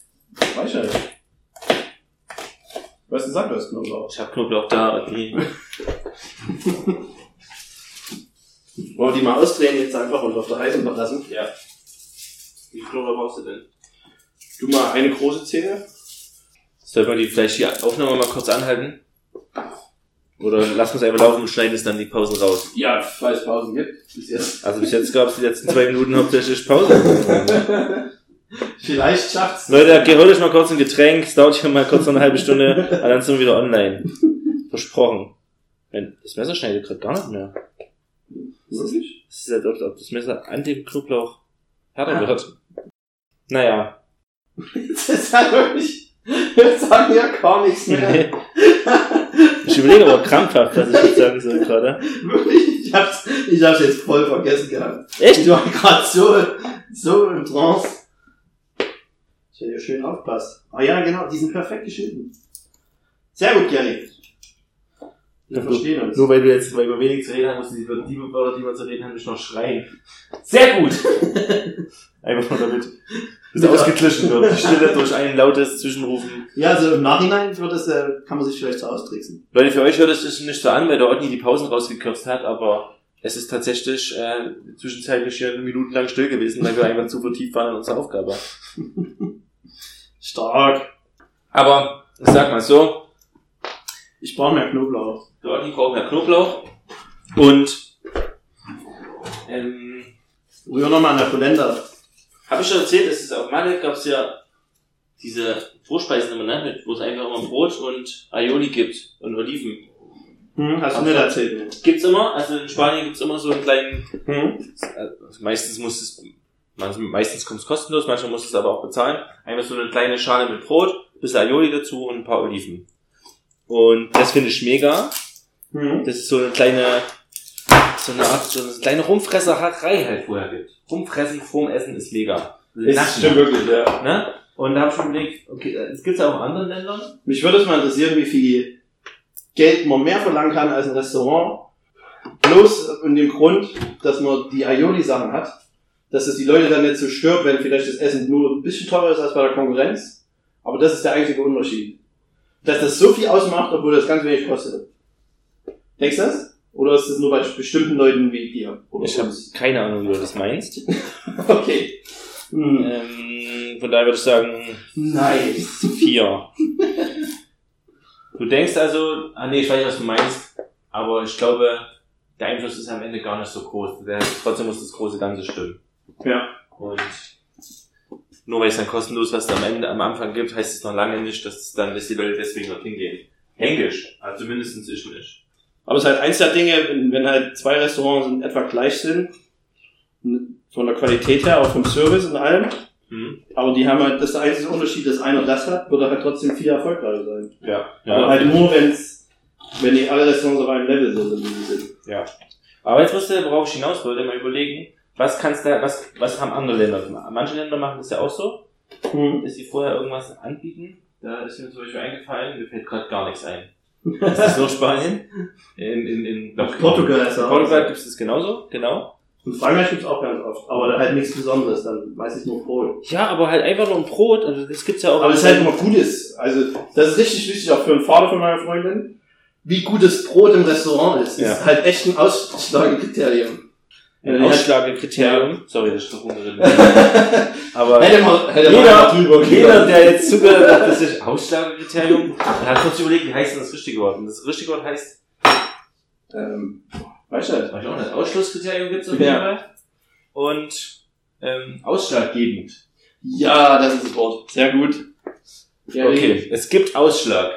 Speaker 3: Weiß ich nicht. Du hast gesagt, du hast Knoblauch.
Speaker 2: Ich hab Knoblauch da. Rodney.
Speaker 3: Wollen wir die mal ausdrehen jetzt einfach und auf der Eisenbahn lassen?
Speaker 2: Ja.
Speaker 3: Wie viel Knoblauch brauchst du denn? Du mal eine große Zehe.
Speaker 2: Sollten wir die vielleicht die Aufnahme mal kurz anhalten? Oder lassen wir es einfach laufen und schneiden es dann die Pausen raus.
Speaker 3: Ja, weil es Pausen gibt. Bis jetzt.
Speaker 2: Also bis jetzt gab es die letzten zwei Minuten hauptsächlich Pause.
Speaker 3: Vielleicht schafft's.
Speaker 2: Leute, okay, holt euch mal kurz ein Getränk, es dauert hier mal kurz noch eine halbe Stunde, aber dann sind wir wieder online. Versprochen. Wenn- Das Messer schneidet gerade gar nicht mehr.
Speaker 3: Wirklich?
Speaker 2: Es ist halt, ob, ob das Messer an dem Knoblauch härter wird. Naja.
Speaker 3: Jetzt ist halt wirklich. Wir sagen ja gar nichts mehr.
Speaker 2: ich überlege aber krampfhaft, was ich jetzt sagen soll gerade.
Speaker 3: wirklich, ich hab's, ich hab's jetzt voll vergessen gehabt.
Speaker 2: Echt?
Speaker 3: Ich war gerade so, so im Trance. Ich hätte ja schön aufpasst. Ah ja, genau, die sind perfekt geschnitten. Sehr gut, Gary. Wir
Speaker 2: Ja,
Speaker 3: verstehen uns.
Speaker 2: Nur weil wir jetzt weil wir wenig zu reden haben, mussten die Wörter, die Wörter, die wir zu reden haben, nicht noch schreien. Sehr gut! Einfach nur damit es ausgeglichen wird. Die Stille durch ein lautes Zwischenrufen.
Speaker 3: Ja, also im Nachhinein wird das, äh, kann man sich vielleicht so austricksen.
Speaker 2: Leute, für euch hört es sich nicht so an, weil der Otni die Pausen rausgekürzt hat, aber es ist tatsächlich äh, zwischenzeitlich hier minutenlang still gewesen, weil wir einfach zu vertieft waren in unserer Aufgabe.
Speaker 3: Stark.
Speaker 2: Aber ich sag mal so,
Speaker 3: Ich brauche mehr Knoblauch.
Speaker 2: Der Otni braucht mehr Knoblauch und ähm,
Speaker 3: Rühr nochmal an der Polenta.
Speaker 2: Habe ich schon erzählt, es ist auf Malle gab es ja diese Vorspeisen immer, ne? mit- wo es einfach immer Brot und Aioli gibt und Oliven.
Speaker 3: Hm, hast
Speaker 8: Also
Speaker 3: du mir das erzählt?
Speaker 2: Gibt's immer, also in Spanien gibt's immer so einen kleinen,
Speaker 3: ne? Hm?
Speaker 2: also meistens muss es, man- meistens kommt's kostenlos, manchmal muss es aber auch bezahlen. Einfach so eine kleine Schale mit Brot, bisschen Aioli dazu und ein paar Oliven. Und das finde ich mega.
Speaker 3: Hm?
Speaker 2: Das ist so eine kleine, so eine Art, so eine kleine Rumfresserhackerei halt vorher gibt. Rumfressen vorm Essen ist mega.
Speaker 3: Hm?
Speaker 8: Ist stimmt wirklich, ja.
Speaker 2: Ne? Und da habe ich schon überlegt, okay, äh, es gibt's ja auch in anderen Ländern.
Speaker 3: Mich würde es mal interessieren, wie viel Geld man mehr verlangen kann als ein Restaurant. Bloß in dem Grund, dass man die Aioli-Sachen hat. Dass es die Leute dann nicht so stört, wenn vielleicht das Essen nur ein bisschen teurer ist als bei der Konkurrenz. Aber das ist der einzige Unterschied. Dass das so viel ausmacht, obwohl das ganz wenig kostet. Denkst du das? Oder ist das nur bei bestimmten Leuten wie dir? Oder
Speaker 2: Ich habe
Speaker 3: uns?
Speaker 2: keine Ahnung, wie du das meinst.
Speaker 3: Okay. Hm.
Speaker 2: ähm, von daher würde ich sagen,
Speaker 3: Nice.
Speaker 2: vier. du denkst also, ah nee, ich weiß nicht, was du meinst, aber ich glaube, der Einfluss ist am Ende gar nicht so groß. Der, trotzdem muss das große Ganze stimmen.
Speaker 3: Ja.
Speaker 2: Und nur weil es dann kostenlos was am Ende am Anfang gibt, heißt es noch lange nicht, dass es dann dass die Leute deswegen dorthin gehen. Englisch, also mindestens ich nicht.
Speaker 3: Aber es ist halt eins der Dinge, wenn, wenn halt zwei Restaurants in etwa gleich sind, von der Qualität her, auch vom Service und allem,
Speaker 2: Hm?
Speaker 3: aber die haben halt, das ist der einzige Unterschied, dass einer das hat, wird er halt trotzdem viel erfolgreicher sein.
Speaker 2: Ja.
Speaker 3: aber halt nur, wenn's, wenn die alle Restaurants auf einem Level sind, in diesem Sinne.
Speaker 2: Aber jetzt musst du, worauf ich hinaus wollte, mal überlegen, was kannst du, was, was haben andere Länder gemacht? Manche Länder machen das ja auch so,
Speaker 3: Hm.
Speaker 2: dass sie vorher irgendwas anbieten. Da ist mir zum Beispiel eingefallen, mir fällt gerade gar nichts ein. Ist das nur Spanien? In, in, in,
Speaker 3: Auf Portugal ist
Speaker 2: In
Speaker 3: er
Speaker 2: Portugal
Speaker 3: auch.
Speaker 2: gibt es das genauso, genau.
Speaker 3: In Frankreich gibt's auch ganz oft, aber da halt nichts Besonderes, dann weiß ich nur Brot.
Speaker 2: Ja, aber halt einfach nur ein Brot, also das gibt's ja auch.
Speaker 3: Aber es ist halt immer gutes, also das ist richtig wichtig, auch für den Vater von meiner Freundin, wie gutes Brot im Restaurant ist.
Speaker 2: Ja.
Speaker 3: Ist halt echt ein Ausschlagkriterium.
Speaker 2: ein
Speaker 3: Ja.
Speaker 2: Ausschlagekriterium. Sorry, das ist noch rumgeredet. aber.
Speaker 3: Hätte man, hätte
Speaker 2: Jeder-
Speaker 3: man drüber
Speaker 2: Jeder, der jetzt zugehört hat, das ist Ausschlagekriterium, der hat kurz überlegt, wie heißt denn das richtige Wort? Und das richtige Wort heißt
Speaker 3: Ähm, weißt du,
Speaker 2: Weiß ich auch nicht. Ausschlusskriterium gibt es auf
Speaker 3: Ja.
Speaker 2: jeden Fall. Und ähm, ausschlaggebend.
Speaker 3: ja, das ist das Wort. Sehr gut. Ja,
Speaker 2: Okay, es gibt Ausschlag.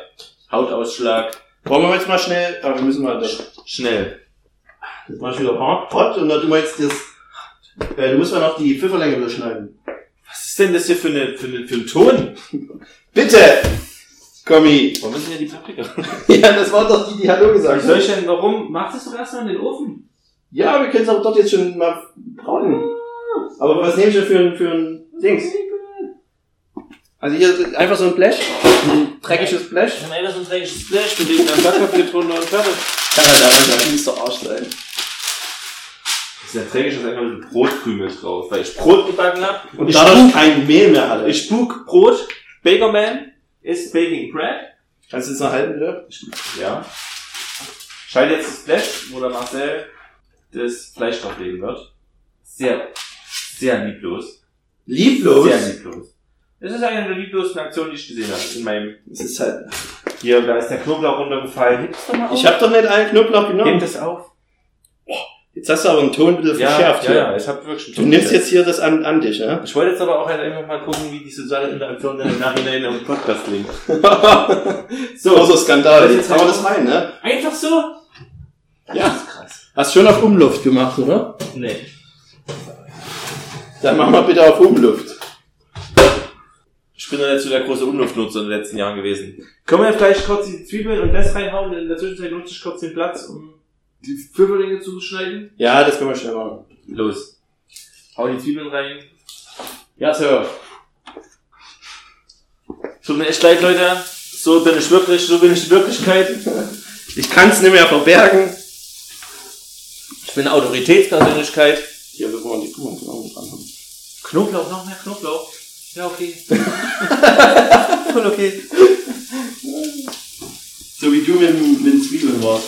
Speaker 2: Hautausschlag,
Speaker 3: Wollen wir jetzt mal schnell, aber wir müssen mal das.
Speaker 2: schnell.
Speaker 3: Jetzt mach ich wieder Hardpot und dann tun wir jetzt das. Äh, du musst mal noch die Pfifferlänge wieder schneiden.
Speaker 2: Was ist denn das hier für, eine, für, eine, für ein Ton?
Speaker 3: Bitte! Kommi!
Speaker 2: Warum sind ja die Paprika?
Speaker 3: Ja, das war doch die, die Hallo gesagt
Speaker 2: Soll
Speaker 3: hat.
Speaker 2: ich denn, warum? Mach das doch erstmal in den Ofen.
Speaker 3: Ja, wir können es aber dort jetzt schon mal braten. Aber was nehme ich denn für ein, für ein Dings? Also hier einfach so ein Blech. Ein dreckiges Blech.
Speaker 2: haben einfach so ein dreckiges Splash, wir legen dann Backpapier drunter und fertig.
Speaker 3: Ja, da ist doch Arsch sein.
Speaker 2: Das ist ja dreckig, dass einfach ein Brotkrümel drauf, weil ich Brot gebacken hab.
Speaker 3: Und
Speaker 2: ich
Speaker 3: dadurch kein Mehl mehr hatte.
Speaker 2: Ich spuk Brot. Bakerman ist Baking Bread.
Speaker 3: Kannst du jetzt noch halten, ne? bitte?
Speaker 2: Ja. Schalte jetzt das Blech, wo der Marcel das Fleisch drauflegen wird. Sehr, sehr lieblos.
Speaker 3: Lieblos?
Speaker 2: Sehr lieblos. Das ist eine der lieblosen Aktionen, die ich gesehen habe. In meinem,
Speaker 3: Es ist halt.
Speaker 2: hier, da ist der Knoblauch runtergefallen. Hebt das doch mal auf.
Speaker 3: Ich hab doch nicht allen Knoblauch
Speaker 2: Hebt
Speaker 3: genommen.
Speaker 2: das auf.
Speaker 3: Jetzt hast du aber einen Ton ein bisschen verschärft
Speaker 2: ja,
Speaker 3: hier.
Speaker 2: ja, ich hab wirklich
Speaker 3: Du nimmst jetzt hier das an, an dich, ne?
Speaker 2: Ich wollte jetzt aber auch halt einfach mal gucken, wie die soziale Interaktion dann im Nachhinein im Podcast liegt.
Speaker 3: so. Großer Skandal.
Speaker 2: Das
Speaker 3: Jetzt
Speaker 2: ist
Speaker 3: hauen wir
Speaker 2: halt-
Speaker 3: das rein, ne?
Speaker 2: Einfach so?
Speaker 3: Ja.
Speaker 2: Krass.
Speaker 3: Hast schon auf Umluft gemacht, oder?
Speaker 2: Nee.
Speaker 3: Dann mach mal bitte auf Umluft.
Speaker 2: Ich bin doch jetzt so der große Umluftnutzer in den letzten Jahren gewesen. Können wir vielleicht kurz die Zwiebeln und das reinhauen? denn In der Zwischenzeit nutze ich kurz den Platz, um die Pfifferlinge zu schneiden.
Speaker 3: Ja, das können wir schnell machen.
Speaker 2: Los. Hau die Zwiebeln rein.
Speaker 3: Ja, Sir.
Speaker 2: Tut mir echt leid, Leute. So bin ich wirklich, so bin ich in Wirklichkeit.
Speaker 3: Ich kann es nicht mehr verbergen.
Speaker 2: Ich bin eine Autoritätspersönlichkeit.
Speaker 3: Hier, wir wollen die Knoblauch dran haben.
Speaker 2: Knoblauch, noch mehr Knoblauch. Ja, okay. Voll okay.
Speaker 3: So wie du mit, mit den Zwiebeln warst.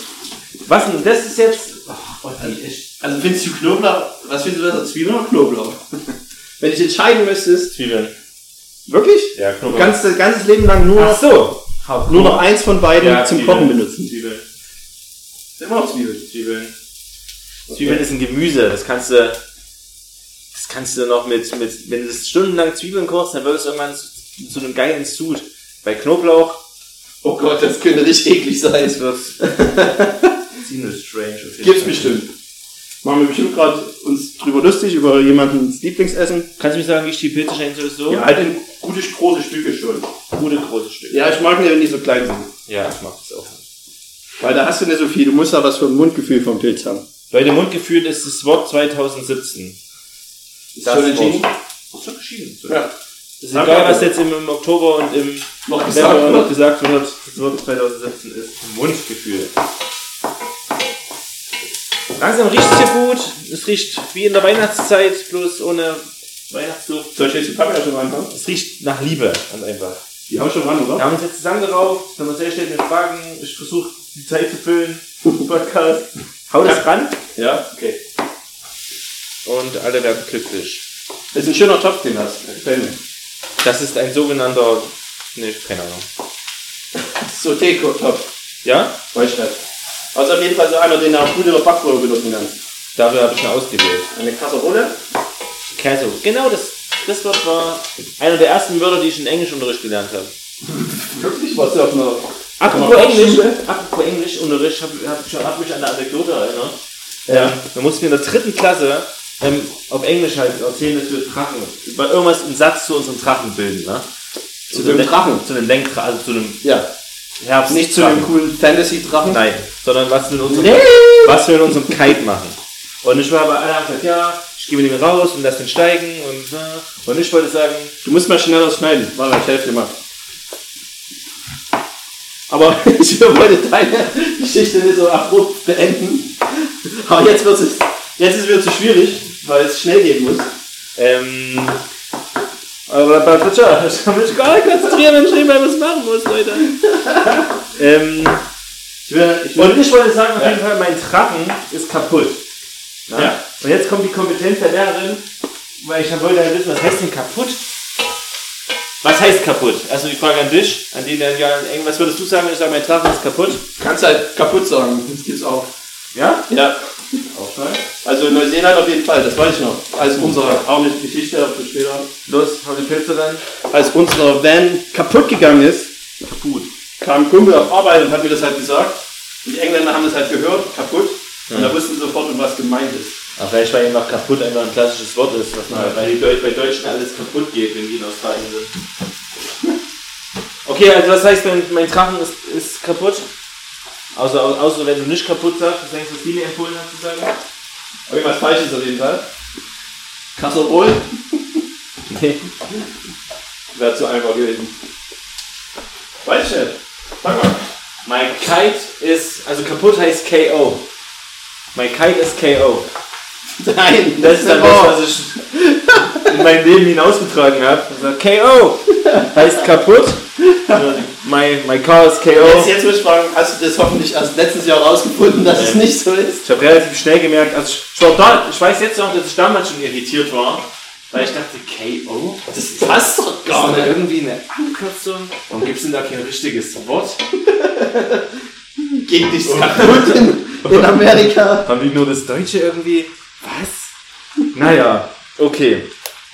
Speaker 2: Was denn? Das ist jetzt. Oh,
Speaker 3: Also findest du Knoblauch, was findest du besser, Zwiebeln oder Knoblauch? Wenn ich entscheiden müsstest,
Speaker 4: Zwiebeln.
Speaker 3: wirklich?
Speaker 4: Ja, Knoblauch.
Speaker 3: Ganz, das ganze Leben lang nur
Speaker 2: Ach
Speaker 3: noch,
Speaker 2: so.
Speaker 3: nur noch eins von beiden
Speaker 4: Ja,
Speaker 3: zum
Speaker 4: Zwiebeln.
Speaker 3: Kochen benutzen.
Speaker 4: Zwiebeln.
Speaker 3: Immer noch Zwiebeln.
Speaker 4: Zwiebeln.
Speaker 2: Zwiebeln ist ein Gemüse. Das kannst du. Das kannst du noch mit. mit wenn du das stundenlang Zwiebeln kochst, dann wird es irgendwann zu, zu einem geilen Sud. Bei Knoblauch
Speaker 3: Oh Gott, das könnte richtig eklig sein.
Speaker 2: es wird ziemlich strange. auf jeden
Speaker 3: Gibt's
Speaker 2: Fall.
Speaker 3: bestimmt. Machen wir bestimmt gerade uns drüber lustig über jemandens Lieblingsessen.
Speaker 2: Kannst du mir sagen, wie ich die Pilze schenke oder so?
Speaker 3: Ja, halt in gute große Stücke schon.
Speaker 2: Gute große Stücke.
Speaker 3: Ja, ich mag die, wenn die so klein sind.
Speaker 2: Ja, ich mag das auch.
Speaker 3: Weil da hast du nicht so viel. Du musst da was für ein Mundgefühl vom Pilz haben.
Speaker 2: Leute, Mundgefühl ist das Wort 2017.
Speaker 3: Ist
Speaker 2: Das
Speaker 3: schon entschieden?
Speaker 2: Wort. Ist schon entschieden.
Speaker 3: Ja.
Speaker 2: Es ist egal,
Speaker 3: also
Speaker 2: was jetzt im, im Oktober und im
Speaker 3: Noch
Speaker 2: November
Speaker 3: gesagt
Speaker 2: noch gesagt
Speaker 3: wird.
Speaker 2: wird, das Wort 2017 ist Mundgefühl. Langsam riecht's hier gut. Es riecht wie in der Weihnachtszeit, bloß ohne Weihnachtsluft.
Speaker 3: Soll ich jetzt die Paprika schon anfangen?
Speaker 2: Es riecht nach Liebe, ganz einfach.
Speaker 3: Die hau schon ran, oder?
Speaker 2: Wir haben uns jetzt zusammengerauft, wir haben uns sehr schnell mit Fragen. Ich versuche, die Zeit zu füllen. Podcast. Hau das ran
Speaker 3: Ja, okay.
Speaker 2: und alle werden glücklich.
Speaker 3: Das ist ein schöner Topf, den hast. Gefällt mir.
Speaker 2: Das ist ein sogenannter. Nee, keine Ahnung.
Speaker 3: So Deko-Topf.
Speaker 2: Ja?
Speaker 3: Deutschland. Also auf jeden Fall so einer, den du auch gut in der Backbrühe benutzen kannst.
Speaker 2: Dafür habe ich mir ausgewählt.
Speaker 3: Eine Kasserole?
Speaker 2: Caso. Genau, das, das Wort war einer der ersten Wörter, die ich in Englischunterricht gelernt habe.
Speaker 3: Wirklich? Was du auf einer...
Speaker 2: Apropos
Speaker 3: Aber
Speaker 2: Englisch,
Speaker 3: Schule?
Speaker 2: apropos Englischunterricht, habe hab ich hab mich an eine Anekdote erinnert. Ähm, da mussten wir in der dritten Klasse ähm, auf Englisch halt erzählen, dass wir Drachen, über irgendwas einen Satz zu unserem Drachen bilden, ne? Zu
Speaker 3: dem Drachen?
Speaker 2: Zu einem Lenkdrachen, also zu einem
Speaker 3: Ja.
Speaker 2: Herbst.
Speaker 3: Nicht zu einem coolen Fantasy-Drachen.
Speaker 2: Nein, sondern was wir in unserem, was wir in unserem Kite machen. Und ich war aber alle haben gesagt, ja, ich gehe mit ihm raus und lass den steigen und, äh, und ich wollte sagen,
Speaker 3: Du musst mal schneller schneiden. Warte mal, ich helfe dir mal. Aber ich wollte deine Geschichte nicht so abrupt beenden. Aber jetzt wird es jetzt ist es wieder zu schwierig, weil es schnell gehen muss.
Speaker 2: ähm, aber bei Tja, ich kann mich gar nicht konzentrieren, wenn ich nebenbei was machen muss, Leute. ähm,
Speaker 3: Ich will, ich will
Speaker 2: und ich wollte sagen, auf jeden Fall, mein Drachen ist kaputt. Na?
Speaker 3: Ja.
Speaker 2: Und jetzt kommt die Kompetenz der Lehrerin, weil ich wollte ja wissen, was heißt denn kaputt? Was heißt kaputt? Also die Frage an dich, an den, der ja, was würdest du sagen, wenn ich sage, mein Drachen ist kaputt?
Speaker 3: kannst halt kaputt sagen. Das gibt's auch.
Speaker 2: Ja?
Speaker 3: Ja. Also Neuseeland auf jeden Fall, das weiß ich noch. Als unsere, auch eine Geschichte für später,
Speaker 2: Los, hau die Pilze rein.
Speaker 3: als unser Van kaputt gegangen ist, kaputt, kam ein Kumpel auf Arbeit und hat mir das halt gesagt. Und die Engländer haben das halt gehört, kaputt. Und da wussten sie sofort, um was gemeint ist.
Speaker 2: Ach, vielleicht weil einfach kaputt einfach ein klassisches Wort ist, was man
Speaker 4: Weil die Deu bei Deutschen alles kaputt geht, wenn die in Australien sind.
Speaker 2: Okay, also das heißt, mein, mein Drachen ist, ist kaputt. Außer, au- außer wenn du nicht kaputt sagst, das heißt, was viele empfohlen haben zu sagen.
Speaker 3: Irgendwas Falsches auf jeden Fall. Kasserol
Speaker 2: Nee.
Speaker 3: wäre zu einfach gewesen. Weiß ich nicht. Sag mal.
Speaker 2: Mein Kite ist, also kaputt heißt KO. Mein Kite ist KO.
Speaker 3: Nein, oh.
Speaker 2: Das ist dann das, was ich in meinem Leben hinausgetragen habe. Also, KO heißt kaputt. Mein, mein Car ist
Speaker 3: Jetzt,
Speaker 2: KO.
Speaker 3: jetzt muss ich fragen, hast du das hoffentlich erst letztes Jahr rausgefunden, dass es nicht so ist?
Speaker 2: Ich habe relativ schnell gemerkt, also ich, ich, war da, ich weiß jetzt noch, dass ich damals schon irritiert war, weil ich dachte, KO?
Speaker 3: Das passt doch gar
Speaker 2: Ist da
Speaker 3: nicht.
Speaker 2: irgendwie eine Abkürzung? Warum gibt es denn da kein richtiges Wort?
Speaker 3: Geht nichts kaputt in, in Amerika.
Speaker 2: Haben die nur das Deutsche irgendwie? Was? Naja, okay.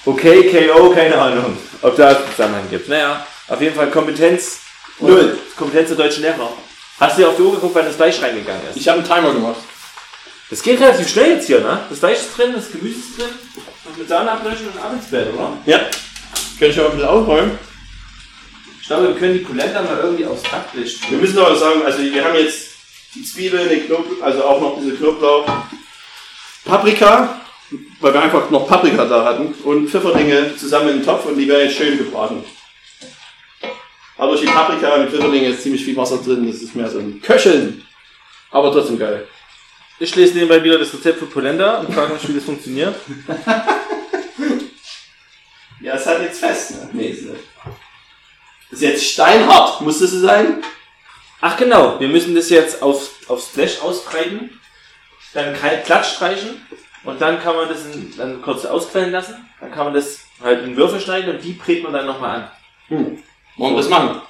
Speaker 2: Okay, KO, keine Ahnung, ob da einen Zusammenhang gibt. Naja, auf jeden Fall Kompetenz.
Speaker 3: Null.
Speaker 2: Kompetenz der deutschen Lehrer. Hast du dir auf die Uhr geguckt, wann das Fleisch reingegangen ist?
Speaker 3: Ich habe einen Timer gemacht.
Speaker 2: Das geht relativ schnell jetzt hier, ne? Das Fleisch ist drin, das Gemüse ist drin. Und mit Sahne ablöschen und ab ins Bett, oder?
Speaker 3: Ja. Könnte ich aber ein bisschen aufräumen.
Speaker 2: Ich glaube, wir können die Polenta mal irgendwie aufs Backblech
Speaker 3: Wir müssen aber sagen, also wir haben jetzt die Zwiebeln, den Knoblauch, also auch noch diese Knoblauch. Paprika, weil wir einfach noch Paprika da hatten. Und Pfifferlinge zusammen in den Topf und die werden jetzt schön gebraten. Aber durch die Paprika und die Pfifferlinge ist ziemlich viel Wasser drin. Das ist mehr so ein Köcheln. Aber trotzdem geil.
Speaker 2: Ich lese nebenbei wieder das Rezept für Polenta und frage mich, wie das funktioniert.
Speaker 3: Ja, ist halt jetzt fest. Ne? Nee, ist nicht. Ist jetzt steinhart. Muss das so sein?
Speaker 2: Ach genau, wir müssen das jetzt auf, auf Splash austreiben, dann kalt glatt streichen und dann kann man das in, dann kurz ausquellen lassen. Dann kann man das halt in Würfel schneiden und die brät man dann nochmal an.
Speaker 3: Wollen wir das machen?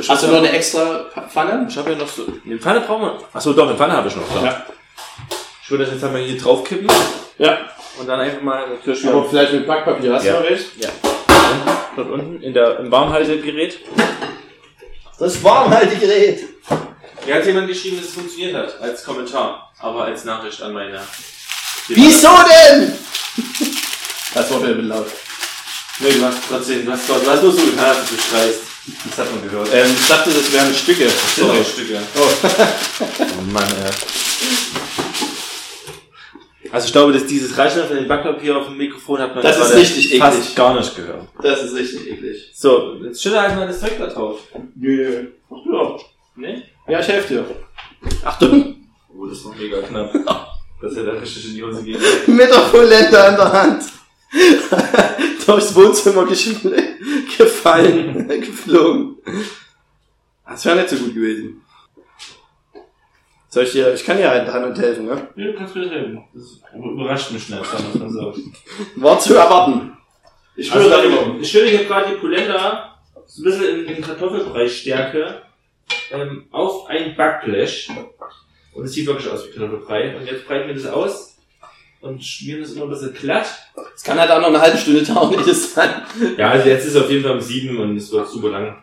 Speaker 2: Ich
Speaker 3: Hast du
Speaker 2: hab-
Speaker 3: noch eine extra Pfanne?
Speaker 2: Ich habe ja noch so. Eine Pfanne brauchen wir. Achso, doch, eine Pfanne habe ich noch. Da.
Speaker 3: Ja.
Speaker 2: Ich würde das jetzt einmal hier drauf kippen
Speaker 3: Ja.
Speaker 2: und dann einfach mal natürlich
Speaker 3: Aber vielleicht mit Backpapier. Hast
Speaker 2: Ja.
Speaker 3: du noch recht?
Speaker 2: dort unten in der, im Warmhaltegerät.
Speaker 8: Das Warmhaltegerät.
Speaker 2: Mir hat jemand geschrieben, dass es funktioniert hat, als Kommentar, aber als Nachricht an meine.
Speaker 3: Wieso denn? Das war wieder laut.
Speaker 2: Nee, du hast trotzdem, du hast, du hast nur so getan, dass du schreist. Das hat man gehört.
Speaker 3: Ähm, ich dachte, das wären Stücke.
Speaker 2: Sorry,
Speaker 3: Sorry.
Speaker 2: Stücke. Oh Mann, ey. Also ich glaube, dass dieses Reichen von dem Backpapier auf dem Mikrofon hat man
Speaker 3: Das ist
Speaker 2: gerade
Speaker 3: richtig
Speaker 2: fast
Speaker 3: eklig.
Speaker 2: gar nicht gehört.
Speaker 3: Das ist richtig eklig.
Speaker 2: So, jetzt schütte halt mal das Zeug da drauf.
Speaker 3: Nö. Ach ja.
Speaker 2: Ne?
Speaker 3: Ja, ich helfe dir. Achtung.
Speaker 2: Oh, das war mega knapp. Das hätte richtig in die Hose gehen.
Speaker 8: Mit der Polenta in der Hand.
Speaker 3: Durchs Wohnzimmer geschw- gefallen. geflogen. Das wäre nicht so gut gewesen. Soll ich dir, ich kann dir halt Hand und helfen, ne?
Speaker 4: Ja, du kannst mir helfen. Das überrascht mich nicht, sagen wir mal so.
Speaker 3: War zu erwarten. Ich
Speaker 2: Also,
Speaker 3: würde
Speaker 2: warte, ich schütte hier gerade die Polenta so ein bisschen in, in Kartoffelbrei-Stärke ähm, auf ein Backblech. Und es sieht wirklich aus wie Kartoffelbrei. Und jetzt breiten wir das aus und schmieren das immer ein bisschen glatt.
Speaker 3: Es kann halt auch noch eine halbe Stunde dauern, ehe das dann.
Speaker 2: Ja, also jetzt ist es auf jeden Fall um sieben und es wird super lang.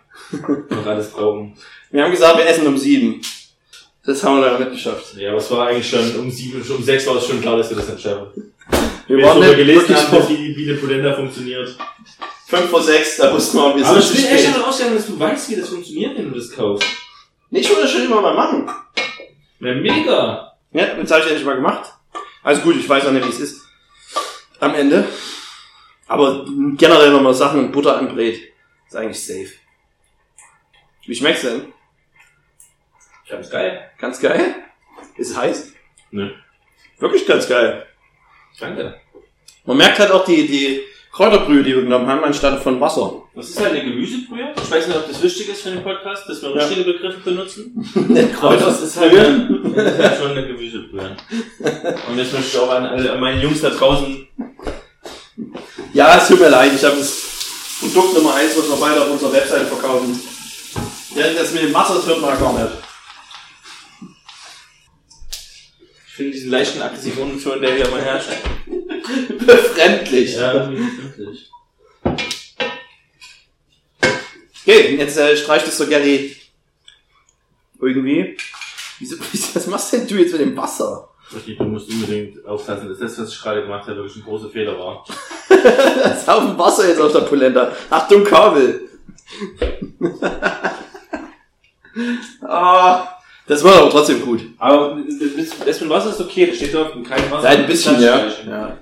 Speaker 2: Noch alles brauchen.
Speaker 3: Wir haben gesagt, wir essen um sieben. Das haben wir leider nicht geschafft.
Speaker 2: Ja, aber es war eigentlich schon um sieben, um sechs war es schon klar, dass wir das nicht schaffen.
Speaker 3: Wir,
Speaker 2: Wir haben
Speaker 3: waren
Speaker 2: darüber
Speaker 3: nicht
Speaker 2: gelesen,
Speaker 3: wirklich
Speaker 2: haben,
Speaker 3: vor
Speaker 2: dass die, wie die Polenta funktioniert.
Speaker 3: fünf vor sechs, da wussten wir, wir
Speaker 2: Aber
Speaker 3: sind
Speaker 2: ich
Speaker 3: zu
Speaker 2: bin echt
Speaker 3: spät.
Speaker 2: davon ausgegangen, dass du weißt, wie das funktioniert, wenn du das kaufst.
Speaker 3: Nee, ich würde das schon immer mal machen.
Speaker 2: Na, mega!
Speaker 3: Ja, das habe ich endlich mal gemacht. Also gut, ich weiß noch nicht, wie es ist. Am Ende. Aber generell, wenn man Sachen in Butter anbrät, ist eigentlich safe. Wie schmeckt's denn?
Speaker 2: Ganz geil.
Speaker 3: Ganz geil? Ist es heiß?
Speaker 2: Nee.
Speaker 3: Wirklich ganz geil.
Speaker 2: Danke.
Speaker 3: Man merkt halt auch die, die Kräuterbrühe, die wir genommen haben, anstatt von Wasser.
Speaker 2: Was ist halt eine Gemüsebrühe? Ich weiß nicht, ob das wichtig ist für den Podcast, dass wir
Speaker 3: Ja.
Speaker 2: richtige Begriffe benutzen. Aber
Speaker 3: Kräuter
Speaker 2: das ist halt, das ist halt schon eine Gemüsebrühe. Und das möchte ich auch an, alle, an meine Jungs da draußen.
Speaker 3: Ja, es tut mir leid, ich habe das Produkt Nummer eins, was wir beide auf unserer Webseite verkaufen. Ja, das mit dem Wasser, das wird man gar nicht.
Speaker 2: Ich finde diesen leichten aggressiven Unton, der hier immer herrscht.
Speaker 3: Befremdlich.
Speaker 2: Ja, wirklich.
Speaker 3: Okay, jetzt äh, streicht es so gerne die- irgendwie. Wieso, wieso- was machst denn du jetzt mit dem Wasser?
Speaker 2: Richtig, du musst unbedingt aufpassen, dass das, was ich gerade gemacht habe, wirklich ein großer Fehler war.
Speaker 3: Da ist Haufen Wasser jetzt auf der Polenta. Achtung, Kabel. ah, das war aber trotzdem gut.
Speaker 2: Aber das mit Wasser ist okay, das steht drauf, kein Wasser.
Speaker 3: Nein, ein bisschen, ja.
Speaker 2: ja.
Speaker 3: ja.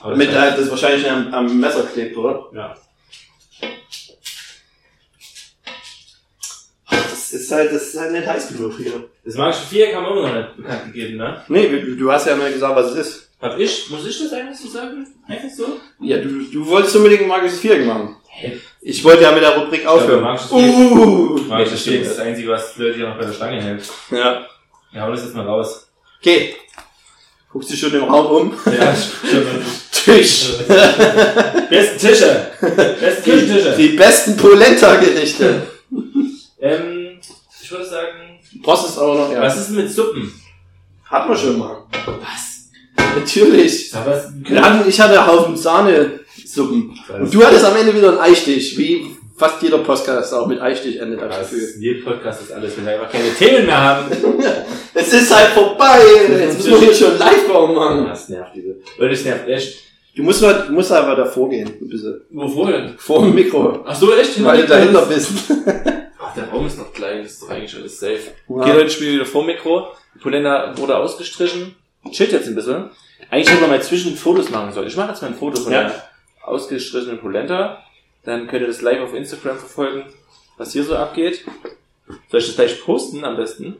Speaker 2: Aber das
Speaker 3: Mit,
Speaker 2: heißt-
Speaker 3: äh, das wahrscheinlich am, am Messer klebt, oder?
Speaker 2: ja.
Speaker 3: Das ist halt, das ist halt nicht heiß genug hier.
Speaker 2: Das magische Viereck haben wir immer noch nicht bekannt gegeben, ne?
Speaker 3: Nee, du, du hast ja mal gesagt, was es ist.
Speaker 2: Hab ich, muss ich das eigentlich so sagen? Einfach so?
Speaker 3: Ja, du, du wolltest unbedingt ein magisches Viereck machen.
Speaker 2: Hä?
Speaker 3: Ich wollte ja mit der Rubrik aufhören.
Speaker 2: magisches Viereck-
Speaker 3: uh,
Speaker 2: Magisches Viereck ist das Einzige, was die Leute hier noch bei der Stange hält.
Speaker 3: Ja.
Speaker 2: Wir hauen das jetzt mal raus.
Speaker 3: Okay. Guckst du schon im Raum um?
Speaker 2: Ja, ich ich-
Speaker 3: Tisch.
Speaker 2: Besten Tische! Besten Küchentische!
Speaker 3: Die besten Polenta-Gerichte.
Speaker 2: Ähm, ich würde sagen,
Speaker 3: Brauchst es aber noch, ja.
Speaker 2: was ist denn mit Suppen?
Speaker 3: Hatten wir schon mal.
Speaker 2: Was?
Speaker 3: Natürlich.
Speaker 2: Sag was?
Speaker 3: Wir hatten, ich hatte einen Haufen Sahnesuppen. Und du hattest am Ende wieder einen Eistich, wie fast jeder Podcast auch mit Eistich endet, hab ich das
Speaker 2: Was?
Speaker 3: Gefühl.
Speaker 2: Jeden Podcast ist alles, wenn wir einfach keine Themen mehr haben.
Speaker 3: Es ist halt vorbei. Jetzt müssen wir hier schon live bauen, Mann.
Speaker 2: Das nervt diese. Leute, das nervt echt.
Speaker 3: Du musst, mal, du musst einfach davor gehen, ein bisschen.
Speaker 4: Wovor denn?
Speaker 3: Vor dem Mikro.
Speaker 4: Ach so, echt?
Speaker 3: Weil du dahinter bist.
Speaker 4: Ach, der Raum ist noch klein, das ist doch eigentlich alles safe.
Speaker 2: Okay, Leute, ich bin wieder vor dem Mikro. Die Polenta wurde ausgestrichen. Chillt jetzt ein bisschen. Eigentlich hätte man mal zwischen Fotos machen sollen. Ich mache jetzt mal ein Foto von
Speaker 3: Ja.
Speaker 2: der ausgestrichenen Polenta. Dann könnt ihr das live auf Instagram verfolgen. was hier so abgeht. Soll ich das gleich posten am besten?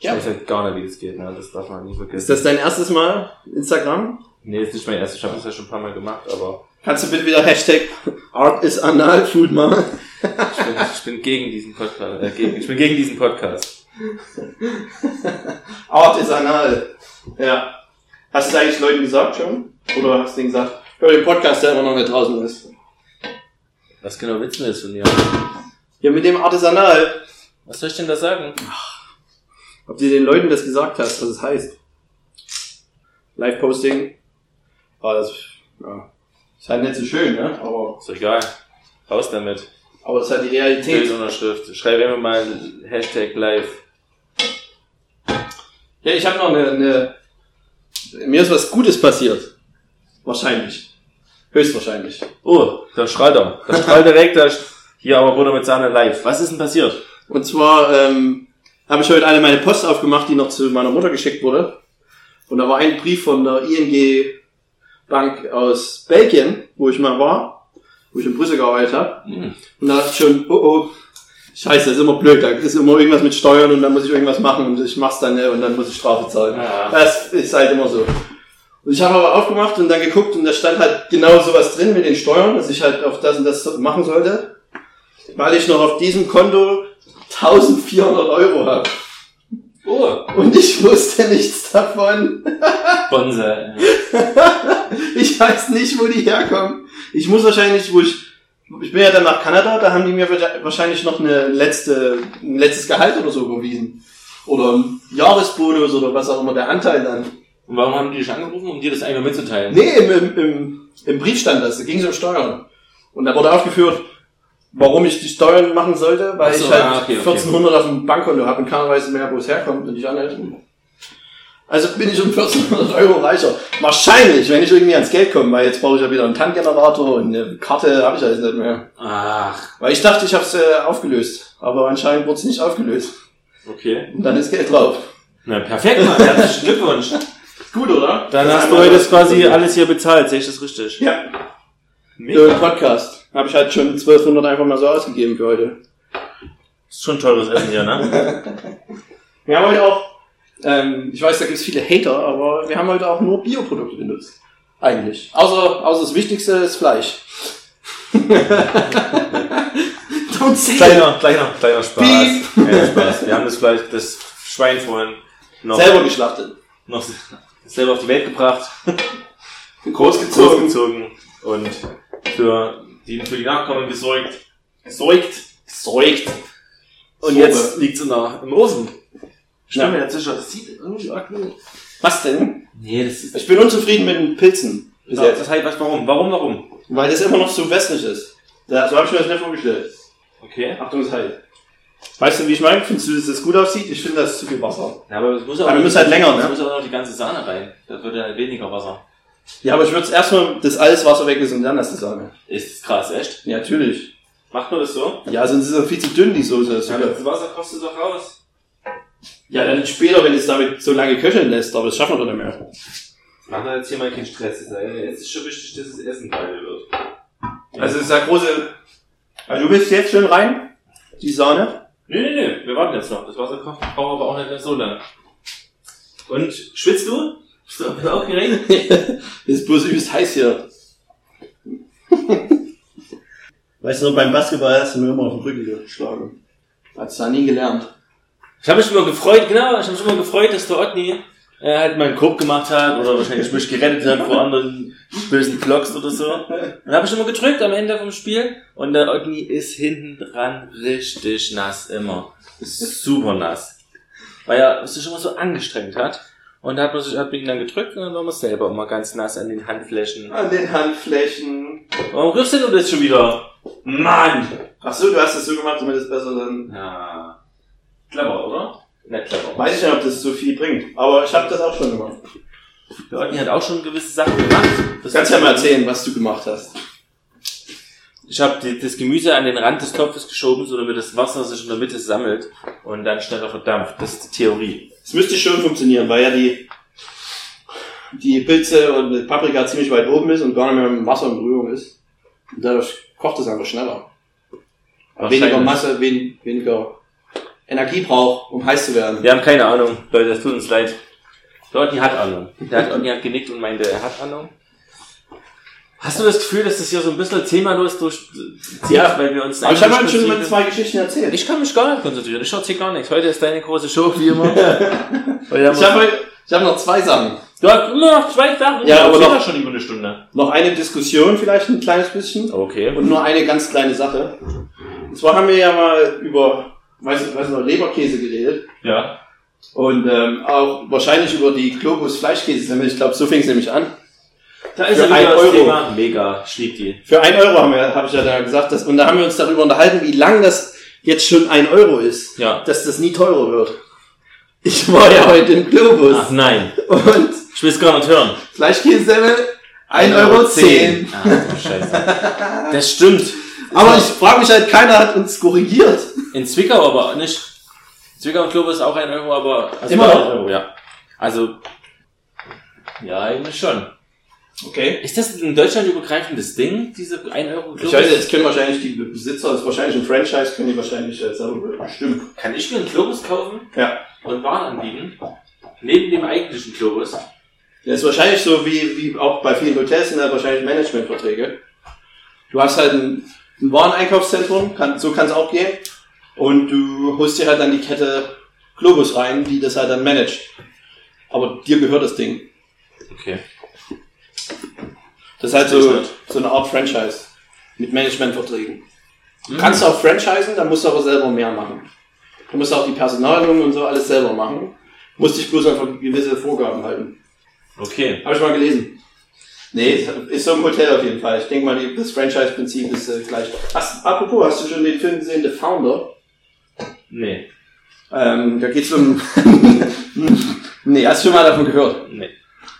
Speaker 9: Ja.
Speaker 2: Ich weiß halt gar nicht, wie das geht, ne? Das darf man nicht vergessen.
Speaker 3: Ist das dein erstes Mal Instagram?
Speaker 2: nee, ist nicht mein erstes. Ich habe das ja schon ein paar Mal gemacht, aber
Speaker 3: Kannst du bitte wieder Hashtag Art is anal food machen?
Speaker 2: ich bin, ich bin gegen diesen Podcast. Äh, gegen, ich bin gegen diesen Podcast.
Speaker 3: Art is anal. Ja. Hast du es eigentlich Leuten gesagt schon? Oder hast du denen gesagt, hör den Podcast, der immer noch nicht draußen ist?
Speaker 2: Was genau willst du denn jetzt von mir?
Speaker 3: Ja, mit dem Art is anal.
Speaker 2: Was soll ich denn da sagen?
Speaker 3: Ob du den Leuten das gesagt hast, was es heißt? Live-Posting. Ah, das, ja. Ist halt nicht so schön, ne? Aber,
Speaker 2: Ist doch egal. Raus damit.
Speaker 3: aber das ist halt die
Speaker 2: Bild
Speaker 3: Realität.
Speaker 2: Unterschrift. Schreib einfach mal Hashtag live.
Speaker 3: Ja, ich habe noch eine, eine. Mir ist was Gutes passiert. Wahrscheinlich. Höchstwahrscheinlich.
Speaker 2: Oh, da schreit er. Da schreit direkt da. sch- Hier aber Bruder mit Sahne live. Was ist denn passiert?
Speaker 3: Und zwar ähm, habe ich heute eine meine Post aufgemacht, die noch zu meiner Mutter geschickt wurde. Und da war ein Brief von der ING Bank aus Belgien, wo ich mal war, wo ich in Brüssel gearbeitet habe. Und da dachte ich schon, oh oh, scheiße, das ist immer blöd, da ist immer irgendwas mit Steuern und dann muss ich irgendwas machen und ich mach's dann nicht und dann muss ich Strafe zahlen.
Speaker 2: Ja.
Speaker 3: Das ist halt immer so. Und ich habe aber aufgemacht und dann geguckt und da stand halt genau sowas drin mit den Steuern, dass ich halt auf das und das machen sollte weil ich noch auf diesem Konto 1400 Euro habe.
Speaker 2: Oh,
Speaker 3: Und ich wusste nichts davon.
Speaker 2: Bonse.
Speaker 3: Ich weiß nicht, wo die herkommen. Ich muss wahrscheinlich, wo ich, ich bin ja dann nach Kanada, da haben die mir wahrscheinlich noch eine letzte, ein letztes Gehalt oder so überwiesen. Oder einen Jahresbonus oder was auch immer der Anteil dann.
Speaker 2: Und warum haben die dich angerufen, um dir das einfach mitzuteilen?
Speaker 3: Nee, im, im, im, im Brief stand das, da ging es um Steuern. Und da wurde aufgeführt, warum ich die Steuern machen sollte, weil
Speaker 2: Ach so,
Speaker 3: ich halt
Speaker 2: ah, okay, okay.
Speaker 3: 1400 auf dem Bankkonto habe und keiner weiß mehr, wo es herkommt und ich anhalte. Also bin ich um 1400 Euro reicher. Wahrscheinlich, wenn ich irgendwie ans Geld komme, weil jetzt brauche ich ja wieder einen Tandgenerator und eine Karte habe ich alles nicht mehr.
Speaker 2: Ach,
Speaker 3: Weil ich dachte, ich habe es äh, aufgelöst, aber anscheinend wurde es nicht aufgelöst.
Speaker 2: okay.
Speaker 3: Und dann ist Geld drauf.
Speaker 2: Na perfekt, Mann. Herzlichen Glückwunsch.
Speaker 3: Ist gut, oder?
Speaker 2: Dann hast du heute das quasi alles hier bezahlt, sehe ich das richtig?
Speaker 3: Ja, für den Äh, Podcast. Habe ich halt schon 1200 einfach mal so ausgegeben für heute.
Speaker 2: Ist schon teures Essen hier, ne?
Speaker 3: Wir haben heute auch, ähm, ich weiß, da gibt es viele Hater, aber wir haben heute auch nur Bioprodukte benutzt. Eigentlich. Außer, außer das Wichtigste ist Fleisch. Don't say it.
Speaker 2: Kleiner, kleiner, kleiner Spaß.
Speaker 3: Piep.
Speaker 2: Kleiner Spaß. Wir haben das Fleisch, das Schwein vorhin noch,
Speaker 3: Selber geschlachtet.
Speaker 2: noch selber auf die Welt gebracht.
Speaker 3: Großgezogen.
Speaker 2: großgezogen und für die, für die Nachkommen gesorgt.
Speaker 3: Säugt. Säugt.
Speaker 2: Und
Speaker 3: So,
Speaker 2: jetzt liegt es im Ofen.
Speaker 3: Stimmt,
Speaker 2: ja. dazwischen. Das sieht irgendwie arg
Speaker 3: Was denn?
Speaker 2: Nee, das ist.
Speaker 3: Ich bin unzufrieden mit den Pilzen. Bis
Speaker 2: Genau,
Speaker 3: jetzt.
Speaker 2: das heißt, was, warum? Warum, warum?
Speaker 3: Weil das immer noch so wässrig ist. Ja, so habe ich mir das nicht vorgestellt.
Speaker 2: Okay.
Speaker 3: Achtung, das halt. Weißt du, wie ich meine? Findest du, dass das gut aussieht? Ich finde, das ist zu viel Wasser.
Speaker 2: Ja, aber es muss
Speaker 3: Aber wir müssen halt länger,
Speaker 2: Es
Speaker 3: ne?
Speaker 2: muss auch noch die ganze Sahne rein. Da wird ja halt weniger Wasser.
Speaker 3: Ja, aber ich würde erstmal, dass alles Wasser weg ist und dann das sagen.
Speaker 2: Ist das krass, echt?
Speaker 3: Ja, natürlich.
Speaker 2: Macht man das so?
Speaker 3: Ja, sonst ist er viel zu dünn, die Soße. Das ist ja,
Speaker 2: Wasser kostet doch raus.
Speaker 3: ja, dann später, wenn es damit so lange köcheln lässt, aber das schaffen wir doch nicht mehr.
Speaker 2: Machen wir jetzt hier mal keinen Stress. Es ist schon wichtig, dass das Essen geil wird.
Speaker 3: Also es ist eine große... Also du willst jetzt schon rein? Die Sahne?
Speaker 2: Nee, nee, nee. Wir warten jetzt noch. Das Wasser kocht, brauchen wir aber auch nicht so lange. Und schwitzt du? Bist du bist du auch geregnet?
Speaker 3: ist bloß übelst heiß hier.
Speaker 8: Weißt du, noch, beim Basketball hast du mir immer auf den Rücken
Speaker 3: Schlagen. Hat's da nie gelernt.
Speaker 2: Ich habe mich immer gefreut, genau, ich habe mich immer gefreut, dass der Otni äh, halt mal einen Korb gemacht hat oder wahrscheinlich mich gerettet hat vor anderen bösen Vlogs oder so. Dann habe ich immer gedrückt am Ende vom Spiel und der Otni ist hinten dran richtig nass immer. Super nass. Weil er sich immer so angestrengt hat. Und da hat man sich, hat man ihn dann gedrückt und dann war man selber immer ganz nass an den Handflächen.
Speaker 3: An den Handflächen.
Speaker 2: Warum rührst denn du das schon wieder? Mann!
Speaker 3: Ach so, du hast das so gemacht, damit es besser dann...
Speaker 2: Na, clever, oder? Na, clever.
Speaker 3: Weiß ich nicht, ob das so viel bringt, aber ich habe das auch schon gemacht.
Speaker 2: Der Otni hat auch schon gewisse Sachen gemacht. Das
Speaker 3: Du kannst ja mal erzählen, was du gemacht hast.
Speaker 2: Ich habe das Gemüse an den Rand des Topfes geschoben, so damit das Wasser sich in der Mitte sammelt und dann schneller verdampft. Das ist die Theorie.
Speaker 3: Es müsste schon funktionieren, weil ja die, die Pilze und die Paprika ziemlich weit oben ist und gar nicht mehr mit dem Wasser in Berührung ist. Und dadurch kocht es einfach schneller. weniger
Speaker 2: Wahrscheinlich.
Speaker 3: Masse, wen, weniger Energie braucht, um heiß zu werden.
Speaker 2: Wir haben keine Ahnung, Leute, das tut uns leid. Dorothy hat Ahnung. Der hat, die hat genickt und meinte, er hat Ahnung. Hast du das Gefühl, dass das hier so ein bisschen themalos durchzieht,
Speaker 3: Ja.
Speaker 2: weil wir uns
Speaker 3: Aber ich habe heute schon
Speaker 2: konzentrieren?
Speaker 3: mal zwei Geschichten erzählt.
Speaker 2: Ich kann mich gar nicht konzentrieren, ich erzähl gar nichts. Heute ist deine große Show, wie immer. Heute haben
Speaker 3: Ich
Speaker 2: wir-
Speaker 3: habe ich hab noch zwei Sachen.
Speaker 2: du hast immer noch zwei Sachen.
Speaker 3: Ja, aber
Speaker 2: wir
Speaker 3: noch-
Speaker 2: sind schon über eine Stunde.
Speaker 3: Noch eine Diskussion vielleicht ein kleines bisschen
Speaker 2: Okay.
Speaker 3: und nur eine ganz kleine Sache. Und zwar haben wir ja mal über, weiß ich weiß noch, Leberkäse geredet
Speaker 4: Ja.
Speaker 3: und ähm, auch wahrscheinlich über die Globus Fleischkäse. Ich glaube, so fing es nämlich an.
Speaker 2: Da ist
Speaker 3: Für
Speaker 2: ja wieder
Speaker 3: ein
Speaker 2: das
Speaker 3: Euro.
Speaker 2: Thema. Mega, schlägt die.
Speaker 3: Für 1 Euro habe hab ich ja da gesagt. Dass, und da haben wir uns darüber unterhalten, wie lang das jetzt schon 1 Euro ist.
Speaker 2: Ja.
Speaker 3: Dass das nie teurer wird. Ich war ja heute im Globus.
Speaker 2: Ach nein,
Speaker 3: Und
Speaker 2: ich will es gar nicht hören.
Speaker 3: Fleischkäse 1,10 Euro. Zehn.
Speaker 2: Ah, du Scheiße. Das stimmt.
Speaker 3: Aber ich frage mich halt, keiner hat uns korrigiert.
Speaker 2: In Zwickau aber nicht. Zwickau und Klobus auch ein Euro, aber also
Speaker 3: Immer noch.
Speaker 2: ein Euro, ja. Also ja, eigentlich schon.
Speaker 3: Okay.
Speaker 2: Ist das ein deutschlandübergreifendes Ding, diese 1 Euro
Speaker 3: Ich weiß, jetzt können wahrscheinlich die Besitzer, das ist wahrscheinlich ein Franchise, können die wahrscheinlich jetzt selber bestimmen.
Speaker 2: Kann ich mir einen Globus kaufen
Speaker 3: Ja.
Speaker 2: und Waren anbieten? Neben dem eigentlichen Globus.
Speaker 3: Das ist wahrscheinlich so wie, wie auch bei vielen Hotels sind halt wahrscheinlich Managementverträge. Du hast halt ein, ein Wareneinkaufszentrum, kann, so kann es auch gehen. Und du holst dir halt dann die Kette Globus rein, die das halt dann managt. Aber dir gehört das Ding.
Speaker 2: Okay.
Speaker 3: Das ist halt so, so eine Art Franchise mit Managementverträgen. Du
Speaker 2: Mhm.
Speaker 3: kannst auch franchisen, dann musst du aber selber mehr machen. Du musst auch die Personalung und so alles selber machen. Musst dich bloß einfach gewisse Vorgaben halten.
Speaker 2: Okay.
Speaker 3: Habe ich mal gelesen. Nee, ist- ist so im Hotel auf jeden Fall. Ich denke mal, die- das Franchise-Prinzip ist äh, gleich. Hast, apropos, hast du schon den Film gesehen, The Founder?
Speaker 2: Nee.
Speaker 3: Ähm, da geht's um... nee, hast du schon mal davon gehört?
Speaker 2: Nee.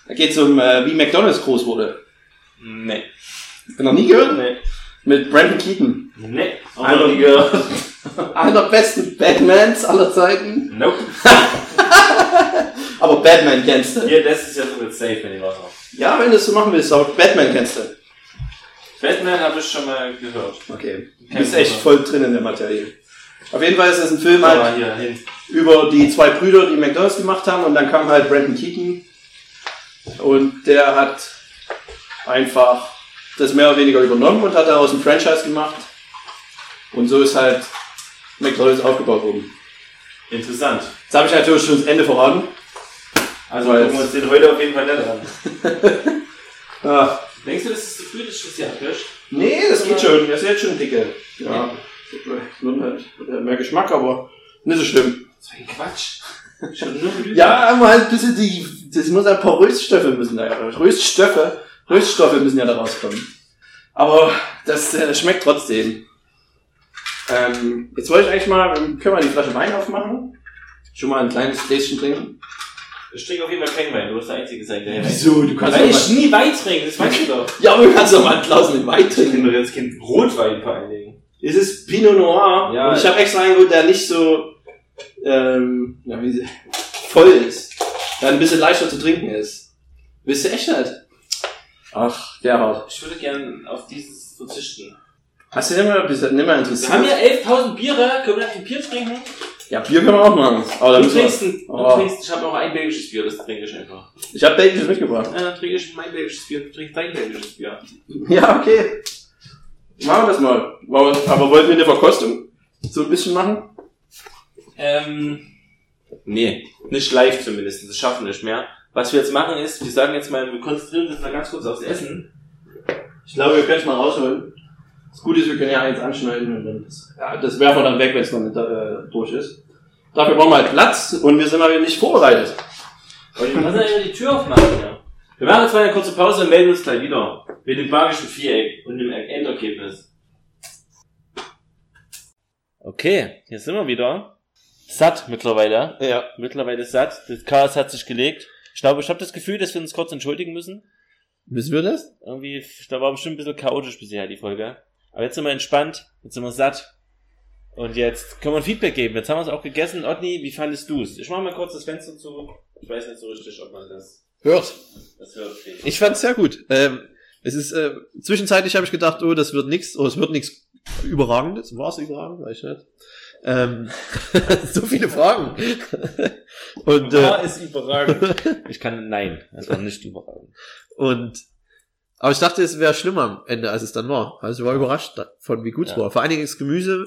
Speaker 3: Da geht's um, äh, wie McDonalds groß wurde.
Speaker 2: Nee.
Speaker 3: Noch nie gehört?
Speaker 2: Nee.
Speaker 3: Mit Brandon Keaton.
Speaker 2: Nee. Also, Auch
Speaker 3: Einmal-
Speaker 2: noch nie gehört.
Speaker 3: Einer der besten Batmans aller Zeiten.
Speaker 2: Nope.
Speaker 3: Aber Batman kennst du.
Speaker 2: Hier, das ist ja sogar safe, wenn ich was mache.
Speaker 3: Ja, wenn du es so machen willst, aber Batman kennst du.
Speaker 2: Batman habe ich schon mal gehört.
Speaker 3: Okay. Du
Speaker 2: Kenn
Speaker 3: bist
Speaker 2: ich
Speaker 3: echt
Speaker 2: aber.
Speaker 3: voll drin in der Materie. Auf jeden Fall ist das ein Film
Speaker 2: Aber
Speaker 3: halt
Speaker 2: hier hin.
Speaker 3: über die zwei Brüder, die McDonalds gemacht haben und dann kam halt Brandon Keaton und der hat einfach das mehr oder weniger übernommen und hat daraus ein Franchise gemacht und so ist halt McDonalds aufgebaut worden.
Speaker 2: Interessant.
Speaker 3: Jetzt habe ich natürlich schon das Ende voran.
Speaker 2: Also
Speaker 3: Weil-
Speaker 2: gucken wir uns den heute auf jeden Fall nicht an.
Speaker 3: Ja.
Speaker 2: Denkst du, das ist zu früh, dass ich das hier abwische?
Speaker 3: Nee, das geht schon. Das ist jetzt schon dicke. Ja. Nun halt mehr Geschmack, aber nicht so schlimm.
Speaker 2: Das war ein Quatsch. Schon nur Blüten.
Speaker 3: Ja, aber halt ein bisschen die. Das muss ein paar Röststoffe müssen da Röststoffe, Röststoffe müssen ja da rauskommen. Aber das äh, schmeckt trotzdem. Ähm, jetzt wollte ich eigentlich mal, können wir die Flasche Wein aufmachen? Schon mal ein kleines Gläschen trinken?
Speaker 2: Ich trinke auf jeden Fall keinen Wein, du wirst der Einzige sein, der hier Wein
Speaker 3: Wieso? Du kannst
Speaker 2: Weil
Speaker 3: doch
Speaker 2: ich
Speaker 3: mal,
Speaker 2: nie Wein trinke, das weißt du doch.
Speaker 3: Also, Ja, aber du kannst doch mal ein Glas mit Wein
Speaker 2: Ich trinke
Speaker 3: trinken.
Speaker 2: doch jetzt kein Rotwein vor allen Dingen.
Speaker 3: Es ist Pinot Noir.
Speaker 2: Ja.
Speaker 3: und ich habe extra einen geholt, der nicht so ähm, ja, wie, sie- voll ist. Der ein bisschen leichter zu trinken ist. Wisst ihr echt nicht? Ach, Gerhard.
Speaker 2: Ich würde gern auf dieses verzichten.
Speaker 3: Hast du nicht mal, bist du nicht mal
Speaker 2: Wir
Speaker 3: interessiert?
Speaker 2: haben ja 11.000 Biere, können wir noch ein Bier trinken?
Speaker 3: ja, Bier können wir auch machen. Aber dann
Speaker 2: Du
Speaker 3: müssen wir,
Speaker 2: trinkst, ein,
Speaker 3: Oh.
Speaker 2: du trinkst, ich habe auch ein belgisches Bier, das trinke ich einfach.
Speaker 3: ich habe Belgisches mitgebracht.
Speaker 2: Ja, dann trinke ich mein belgisches Bier, du trinkst dein belgisches Bier.
Speaker 3: Ja, okay. Machen wir das mal. Wollen wir- Aber wollten wir eine Verkostung so ein bisschen machen?
Speaker 2: Ähm, nee, nicht live zumindest, das schaffen wir nicht mehr. Was wir jetzt machen ist, wir sagen jetzt mal, wir konzentrieren uns jetzt mal ganz kurz aufs Essen.
Speaker 3: Ich glaube, wir können es mal rausholen. Das Gute ist, wir können ja eins anschneiden und dann das, ja, das werfen wir dann weg, wenn es noch nicht äh, durch ist. Dafür brauchen wir halt Platz und wir sind mal wieder nicht vorbereitet.
Speaker 2: Und wir müssen ja die Tür aufmachen, ja. Wir machen jetzt mal eine kurze Pause und melden uns gleich wieder. Mit dem magischen Viereck und dem Endergebnis. Okay, hier sind wir wieder. Satt mittlerweile.
Speaker 3: Ja.
Speaker 2: Mittlerweile satt. Das Chaos hat sich gelegt. Ich glaube, ich habe das Gefühl, dass wir uns kurz entschuldigen müssen.
Speaker 3: Wissen wir das?
Speaker 2: Irgendwie, da war bestimmt ein bisschen chaotisch bisher die Folge. Aber jetzt sind wir entspannt, jetzt sind wir satt. Und jetzt können wir ein Feedback geben. Jetzt haben wir es auch gegessen. Otni, wie fandest du es? Ich mache mal kurz das Fenster zu. Ich weiß nicht so richtig, ob man das,
Speaker 9: Hört.
Speaker 2: das hört.
Speaker 9: Ich fand's sehr gut. Ähm, es ist, äh, zwischenzeitlich habe ich gedacht, oh, das wird nix, oh, es wird nix
Speaker 3: Überragendes. War es überragend? Weiß ich nicht. Ähm, so viele Fragen. Und, äh,
Speaker 10: War es überragend.
Speaker 2: Ich kann, nein, das war nicht überragend.
Speaker 3: und, aber ich dachte, es wäre schlimmer am Ende, als es dann war. Also ich war überrascht davon, wie gut es
Speaker 2: Ja.
Speaker 3: war. Vor allen Dingen das Gemüse,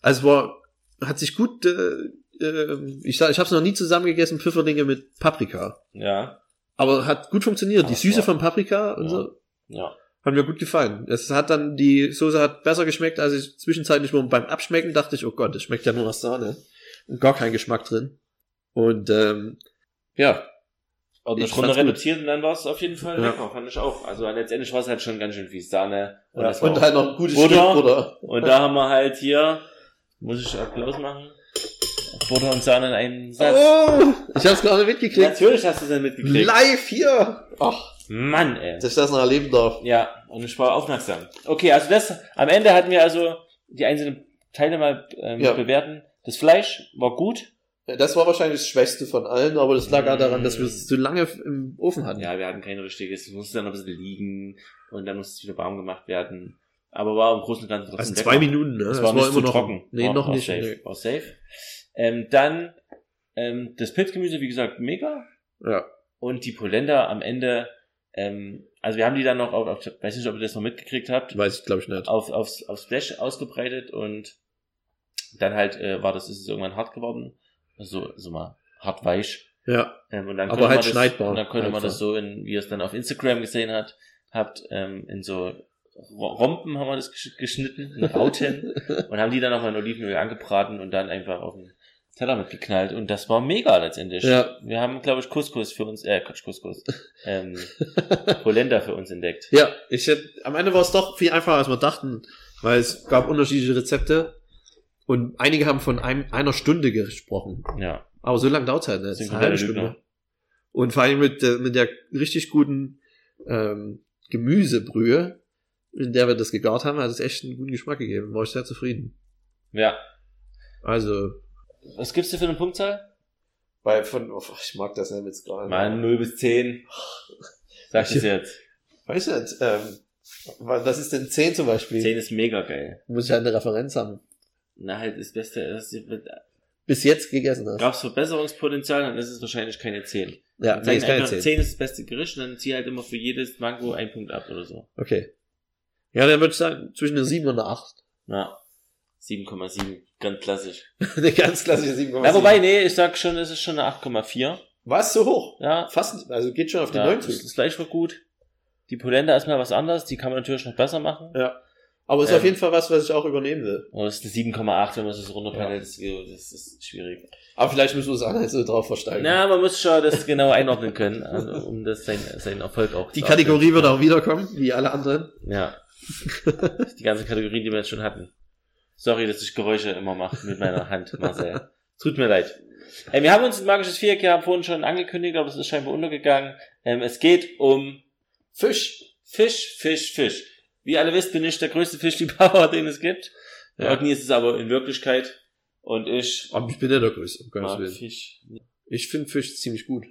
Speaker 3: also es war, hat sich gut, äh, äh, ich, sag- ich habe es noch nie zusammengegessen, Pfifferlinge mit Paprika.
Speaker 2: Ja,
Speaker 3: Aber hat gut funktioniert. Die
Speaker 2: Ach,
Speaker 3: Süße
Speaker 2: ja.
Speaker 3: von Paprika und
Speaker 2: Ja.
Speaker 3: so
Speaker 2: ja.
Speaker 3: hat mir gut gefallen. Es hat dann, die Soße hat besser geschmeckt, als ich zwischenzeitlich nur beim Abschmecken dachte ich, oh Gott, das schmeckt ja nur nach Sahne. Und gar kein Geschmack drin. Und ähm, ja,
Speaker 2: Und eine
Speaker 3: Ich
Speaker 2: Stunde
Speaker 3: fand's gut.
Speaker 2: reduziert und dann war es auf jeden Fall
Speaker 3: Ja.
Speaker 2: lecker, fand ich auch. Also letztendlich war es halt schon ganz schön viel Sahne. Und, das war
Speaker 3: und
Speaker 2: auch-
Speaker 3: halt noch ein gutes
Speaker 2: Butter.
Speaker 3: Stück Butter.
Speaker 2: und da haben wir halt hier, muss ich Applaus machen, Butter und Sahne in einem Satz.
Speaker 3: Oh, ich hab's gerade mitgekriegt.
Speaker 2: Natürlich hast du es dann mitgekriegt.
Speaker 3: Live hier. Ach,
Speaker 2: Mann, ey.
Speaker 3: dass ich das noch erleben darf.
Speaker 2: Ja, und ich war aufmerksam. Okay, also das, am Ende hatten wir also die einzelnen Teile mal ähm,
Speaker 3: Ja.
Speaker 2: bewerten. Das Fleisch war gut.
Speaker 3: Das war wahrscheinlich das Schwächste von allen, aber das lag auch daran, dass wir es zu lange im Ofen hatten.
Speaker 2: Ja, wir hatten kein richtiges, es musste dann ein bisschen liegen und dann musste es wieder warm gemacht werden. Aber war im Großen und Ganzen
Speaker 3: also
Speaker 2: trotzdem
Speaker 3: zwei
Speaker 2: lecker.
Speaker 3: Minuten, ne?
Speaker 2: Es
Speaker 3: Das
Speaker 2: war, nicht zu trocken.
Speaker 3: Nee,
Speaker 2: war,
Speaker 3: noch
Speaker 2: war
Speaker 3: nicht.
Speaker 2: Safe,
Speaker 3: Nee.
Speaker 2: War safe. Ähm, dann ähm, das Pilzgemüse, wie gesagt, mega.
Speaker 3: Ja.
Speaker 2: Und die Polenta am Ende, ähm, also wir haben die dann noch auf, auf weiß nicht, ob ihr das noch mitgekriegt habt,
Speaker 3: Weiß ich, glaube ich, nicht.
Speaker 2: auf, auf, auf Splash ausgebreitet und dann halt äh, war das, ist es irgendwann hart geworden. Also so mal hart weich.
Speaker 3: Ja.
Speaker 2: Ähm, und dann konnte
Speaker 3: Aber halt
Speaker 2: man das,
Speaker 3: schneidbar
Speaker 2: Und dann konnte man
Speaker 3: einfach.
Speaker 2: das so, in, wie ihr es dann auf Instagram gesehen hat, habt, ähm, in so Ro- Rompen haben wir das gesch- geschnitten, in Rauten, und haben die dann nochmal in Olivenöl angebraten und dann einfach auf den Teller mitgeknallt. Und das war mega letztendlich.
Speaker 3: Ja.
Speaker 2: Wir haben, glaube ich, Couscous für uns, äh, Quatsch, Couscous, ähm, Polenta für uns entdeckt.
Speaker 3: Ja, ich hätte, am Ende war es doch viel einfacher, als wir dachten, weil es gab unterschiedliche Rezepte und einige haben von einem, einer Stunde gesprochen.
Speaker 2: Ja.
Speaker 3: Aber so lange dauert es halt nicht. Das
Speaker 2: Sind
Speaker 3: ist eine halbe
Speaker 2: komplette Lügner.
Speaker 3: Stunde. Und vor allem mit, der- mit der richtig guten ähm, Gemüsebrühe, in der wir das gegart haben, hat es echt einen guten Geschmack gegeben. War ich sehr zufrieden.
Speaker 2: Ja.
Speaker 3: Also,
Speaker 2: Was gibst du für eine Punktzahl?
Speaker 3: bei von, oh, ich mag das nicht jetzt gerade.
Speaker 2: Mal 0 bis 10. Sag ich das jetzt.
Speaker 3: Weiß nicht, ähm, was ist denn 10 zum Beispiel?
Speaker 2: 10 ist mega geil.
Speaker 3: Muss ich halt eine Referenz haben.
Speaker 2: Na halt, das Beste ist,
Speaker 3: Bis jetzt gegessen hast.
Speaker 2: gab es Verbesserungspotenzial, dann ist es wahrscheinlich keine 10.
Speaker 3: Ja,
Speaker 2: Dann
Speaker 3: nee,
Speaker 2: sagen
Speaker 3: ist keine
Speaker 2: einfach,
Speaker 3: 10.
Speaker 2: 10 ist das beste Gericht und dann zieh halt immer für jedes Mango einen Punkt ab oder so.
Speaker 3: Okay. Ja, dann würde ich sagen, zwischen einer 7 und einer 8.
Speaker 2: Na, 7,7, ganz klassisch.
Speaker 3: eine ganz klassische 7,7.
Speaker 2: Ja, wobei, nee, ich sag schon, es ist schon eine 8,4.
Speaker 3: War es so hoch?
Speaker 2: Ja,
Speaker 3: Fast, also geht schon auf die
Speaker 2: ja
Speaker 3: 90.
Speaker 2: das Fleisch war gut. Die Polenta ist mal was anderes, die kann man natürlich noch besser machen.
Speaker 3: Aber ist auf
Speaker 2: Ähm.
Speaker 3: jeden Fall was, was ich auch übernehmen will.
Speaker 2: Aber es ist eine 7,8, wenn man es so runterpendelt, das- das ist schwierig.
Speaker 3: Aber vielleicht müssen wir es auch nicht so drauf versteigen.
Speaker 2: Na, man muss schon das genau einordnen können, also, um das sein, seinen Erfolg auch
Speaker 3: die
Speaker 2: zu
Speaker 3: Kategorie wird
Speaker 2: auch.
Speaker 3: auch wiederkommen, wie alle anderen.
Speaker 2: Ja. die ganzen Kategorien, die wir jetzt schon hatten. Sorry, dass ich Geräusche immer mache mit meiner Hand, Marcel. Tut mir leid. Ähm, wir haben uns ein magisches Viereck ja vorhin schon angekündigt, aber das ist scheinbar untergegangen. Ähm, es geht um Fisch. Fisch, Fisch, Fisch. Wie ihr alle wisst, bin ich der größte Fischliebhaber, den es gibt.
Speaker 3: Ja.
Speaker 2: Rodney ist es aber in Wirklichkeit. Und ich
Speaker 3: Aber ich bin ja der Größte, um Gottes
Speaker 2: mag
Speaker 3: Willen.
Speaker 2: Fisch.
Speaker 3: Ich finde Fisch ziemlich gut.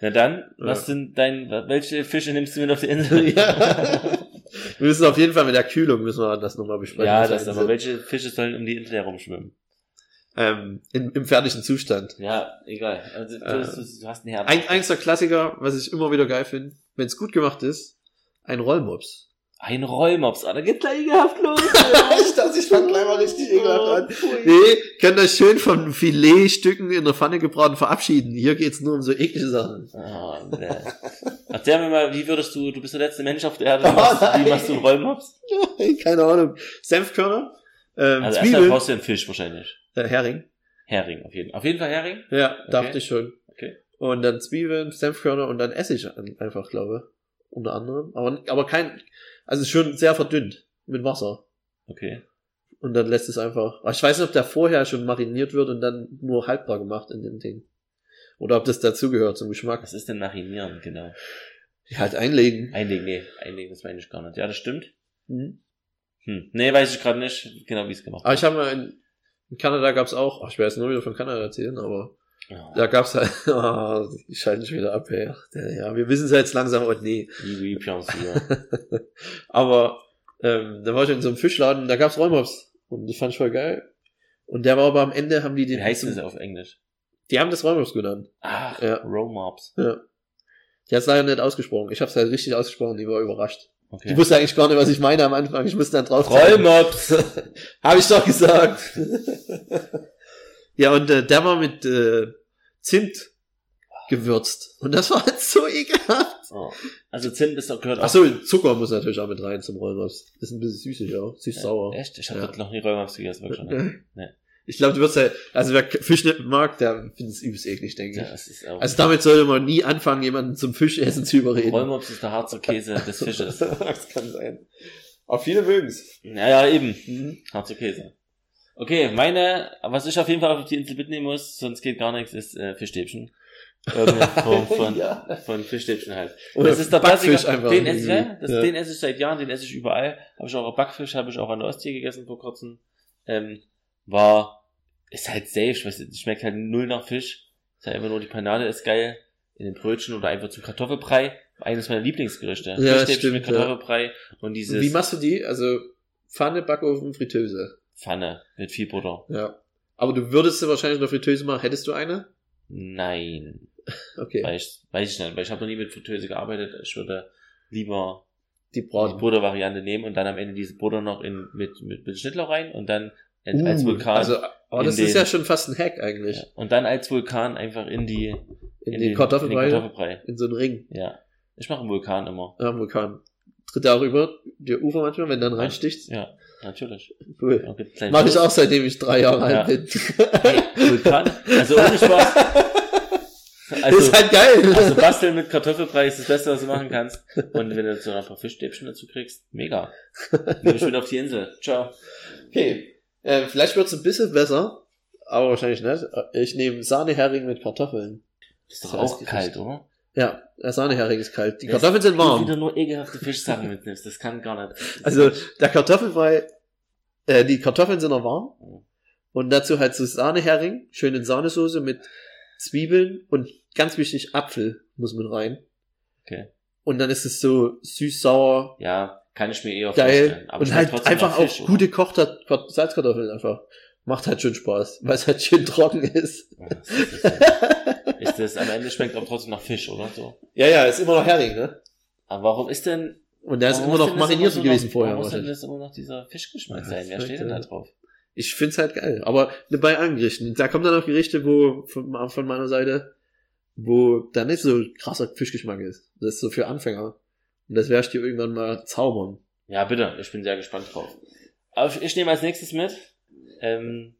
Speaker 2: Na dann,
Speaker 3: Ja.
Speaker 2: was sind dein, welche Fische nimmst du mit auf die Insel?
Speaker 3: wir müssen auf jeden Fall mit der Kühlung müssen wir das nochmal besprechen.
Speaker 2: ja
Speaker 3: Was
Speaker 2: das,
Speaker 3: wir
Speaker 2: aber
Speaker 3: sind.
Speaker 2: welche Fische sollen um die Insel herumschwimmen?
Speaker 3: ähm, in, Im fertigen Zustand.
Speaker 2: Ja, egal. Also, du,
Speaker 3: Äh,
Speaker 2: du, du hast einen Herrn.
Speaker 3: Ein, eins der Klassiker, was ich immer wieder geil finde, wenn es gut gemacht ist, ein Rollmops.
Speaker 2: ein Rollmops, Alter. Geht gleich gehabt los.
Speaker 3: ich dachte, ich fand gleich mal richtig ekelhaft an. Nee, könnt euch schön von Filetstücken in der Pfanne gebraten verabschieden. Hier geht's nur um so eklige Sachen.
Speaker 2: oh, nee. Erzähl mir mal, wie würdest du, du bist der letzte Mensch auf der Erde, wie machst, wie machst du einen Rollmops?
Speaker 3: Keine Ahnung. Senfkörner, ähm,
Speaker 2: Also erstmal
Speaker 3: Zwiebeln,
Speaker 2: brauchst du einen Fisch wahrscheinlich.
Speaker 3: äh, Hering.
Speaker 2: Hering, auf jeden Fall. Auf jeden Fall Hering.
Speaker 3: Ja,
Speaker 2: Okay.
Speaker 3: dachte ich schon.
Speaker 2: Okay.
Speaker 3: Und dann Zwiebeln, Senfkörner und dann Essig an- einfach, glaube Unter anderem. Aber, aber kein, also schon sehr verdünnt mit Wasser.
Speaker 2: Okay.
Speaker 3: Und dann lässt es einfach. Aber ich weiß nicht, ob der vorher schon mariniert wird und dann nur haltbar gemacht in dem Ding. Oder ob das dazugehört zum Geschmack.
Speaker 2: Was ist denn marinieren, genau?
Speaker 3: Ja, Halt einlegen.
Speaker 2: Einlegen, nee, einlegen, das meine ich gar nicht. Ja, das stimmt.
Speaker 3: Mhm.
Speaker 2: Hm. Nee, weiß ich gerade nicht, genau wie es gemacht
Speaker 3: Aber ich habe mal in, in Kanada gab's auch, ach, ich werde jetzt nur wieder von Kanada erzählen, aber
Speaker 2: Ja.
Speaker 3: da gab's halt,
Speaker 11: oh,
Speaker 3: Ah, die schalten schon wieder ab, ey. Ja, wir wissen es jetzt langsam, oh nee.
Speaker 2: Wie, wie Pianzier.
Speaker 3: aber
Speaker 11: Ähm, da war ich in so einem Fischladen, da gab's Rollmops. Und das fand ich voll geil. Und der war aber am Ende, haben die den,
Speaker 2: Wie heißt das auf Englisch?
Speaker 11: die haben das Rollmops genannt.
Speaker 2: Ach,
Speaker 11: Ja.
Speaker 2: Romops.
Speaker 11: Ja. Die hat's leider nicht ausgesprochen. Ich hab's halt richtig ausgesprochen, die war überrascht. Die
Speaker 2: Okay.
Speaker 11: wusste eigentlich gar nicht, was ich meine am Anfang. Ich musste dann drauf.
Speaker 2: Rollmops.
Speaker 11: Habe ich doch gesagt. ja, und äh, der war mit äh, Zimt gewürzt. Und das war halt so ekelhaft.
Speaker 2: Oh. Also Zimt ist auch gehört auch.
Speaker 11: Ach so, Zucker muss natürlich auch mit rein zum Rollmops. Ist ein bisschen süßig, ja. Süß-sauer.
Speaker 2: Echt? Ich habe
Speaker 11: Ja.
Speaker 2: dort noch nie Rollmops gegessen, wirklich. schon. Nee.
Speaker 11: Ich glaube, du wirst halt, also wer Fisch nicht mag, der findet es übelst eklig, denke
Speaker 2: Ja,
Speaker 11: ich.
Speaker 2: es ist auch.
Speaker 11: Also damit sollte man nie anfangen, jemanden zum Fischessen zu überreden.
Speaker 2: Rollmops ist der Harzer Käse des Fisches.
Speaker 11: das kann sein. Aber viele mögen's. Mhm.
Speaker 2: Naja, eben. Harzer Käse. Okay, meine, was ich auf jeden Fall auf die Insel mitnehmen muss, sonst geht gar nichts, ist äh, Fischstäbchen. Irgendeine Form von, von Fischstäbchen halt.
Speaker 11: Oder
Speaker 2: das ist der
Speaker 11: Backfisch
Speaker 2: Backfisch
Speaker 11: einfach
Speaker 2: Den esse,
Speaker 11: irgendwie.
Speaker 2: ich, ja, das,
Speaker 11: Ja.
Speaker 2: den esse ich seit Jahren, den esse ich überall. Habe ich auch auf Backfisch, habe ich auch an der Ostsee gegessen vor kurzem. Ähm, war, ist halt safe, ich weiß, nicht, schmeckt halt null nach Fisch. Ist halt einfach nur die Panade ist geil. In den Brötchen oder einfach zum Kartoffelbrei. Eines meiner Lieblingsgerichte.
Speaker 11: Ja,
Speaker 2: Fischstäbchen mit
Speaker 11: stimmt, ja.
Speaker 2: Kartoffelbrei und dieses
Speaker 11: Wie machst du die? Also Pfanne, Backofen, Fritteuse.
Speaker 2: Pfanne mit viel Butter.
Speaker 11: Ja. Aber du würdest sie wahrscheinlich in der Fritteuse machen. Hättest du eine?
Speaker 2: Nein,
Speaker 11: Okay.
Speaker 2: weil ich, weiß ich nicht, weil ich habe noch nie mit Fritteuse gearbeitet. Ich würde lieber
Speaker 11: Die
Speaker 2: die
Speaker 11: Braten.
Speaker 2: Butter-Variante nehmen und dann am Ende diese Butter noch in, mit, mit, mit Schnittlauch rein und dann als,
Speaker 11: Uh,
Speaker 2: als Vulkan.
Speaker 11: Also, oh, das
Speaker 2: in
Speaker 11: ist
Speaker 2: den-
Speaker 11: ja schon fast ein Hack eigentlich.
Speaker 2: ja, und dann als Vulkan einfach in die,
Speaker 11: In, den Kartoffelbrei,
Speaker 2: in den Kartoffelbrei.
Speaker 11: in so einen Ring.
Speaker 2: Ja. Ich mache einen Vulkan immer.
Speaker 11: Ja, Vulkan. Tritt da auch über der Ufer manchmal, wenn du dann reinstichst.
Speaker 2: Ja, natürlich.
Speaker 11: Cool.
Speaker 2: Da gibt's kleine
Speaker 11: Mach ich
Speaker 2: Würste.
Speaker 11: auch, seitdem ich drei Jahre alt
Speaker 2: Ja.
Speaker 11: bin.
Speaker 2: Hey, Vulkan. Also ohne Spaß.
Speaker 11: ist halt geil.
Speaker 2: Also basteln mit Kartoffelbrei ist das Beste, was du machen kannst. Und wenn du so ein paar Fischstäbchen dazu kriegst, mega. Nimm ich mit auf die Insel. Ciao.
Speaker 11: okay. Äh, vielleicht wird's ein bisschen besser, aber wahrscheinlich nicht. Äh, Ich nehme Sahnehering mit Kartoffeln.
Speaker 2: Ist doch
Speaker 11: So
Speaker 2: auch
Speaker 11: als
Speaker 2: kalt,
Speaker 11: Gericht.
Speaker 2: oder?
Speaker 11: Ja, der Sahnehering ist kalt. Die
Speaker 2: Ja,
Speaker 11: Kartoffeln sind
Speaker 2: Wenn du wieder
Speaker 11: warm.
Speaker 2: nur ekelhafte Fischsachen mitnimmst, das kann gar nicht. Das
Speaker 11: Also
Speaker 2: ist-
Speaker 11: der Kartoffelbrei, äh, die Kartoffeln sind noch warm.
Speaker 2: Mhm.
Speaker 11: Und dazu halt so Sahnehering, schön in Sahnesoße mit Zwiebeln und ganz wichtig Apfel muss man rein.
Speaker 2: Okay.
Speaker 11: Und dann ist es so süß-sauer,
Speaker 2: ja, kann ich mir eher
Speaker 11: geil
Speaker 2: vorstellen. Aber
Speaker 11: und
Speaker 2: schmeckt
Speaker 11: halt
Speaker 2: trotzdem
Speaker 11: einfach
Speaker 2: nach
Speaker 11: auch
Speaker 2: Fisch, oder?
Speaker 11: gute Kochter Ko- Salzkartoffeln einfach. Macht halt schön Spaß, weil es halt schön trocken ist.
Speaker 2: Ja, das Ist das- ist das am Ende schmeckt auch trotzdem nach Fisch, oder so?
Speaker 11: Ja, ja, ist immer noch Hering, ne?
Speaker 2: Aber warum ist denn.
Speaker 11: Und der ist
Speaker 2: warum
Speaker 11: immer noch
Speaker 2: denn das
Speaker 11: mariniert
Speaker 2: immer so
Speaker 11: gewesen
Speaker 2: noch,
Speaker 11: vorher.
Speaker 2: Warum muss denn
Speaker 11: wahrscheinlich.
Speaker 2: das immer noch dieser Fischgeschmack
Speaker 11: Ja,
Speaker 2: sein? Wer
Speaker 11: das
Speaker 2: steht denn
Speaker 11: schmeckt,
Speaker 2: da
Speaker 11: ja.
Speaker 2: drauf?
Speaker 11: Ich find's halt geil. Aber bei anderen Gerichten, da kommen dann auch Gerichte, wo von, von meiner Seite, wo da nicht so krasser Fischgeschmack ist. Das ist so für Anfänger. Und das werde ich dir irgendwann mal zaubern.
Speaker 2: Ja, bitte. Ich bin sehr gespannt drauf. Aber ich- ich nehme als nächstes mit ähm,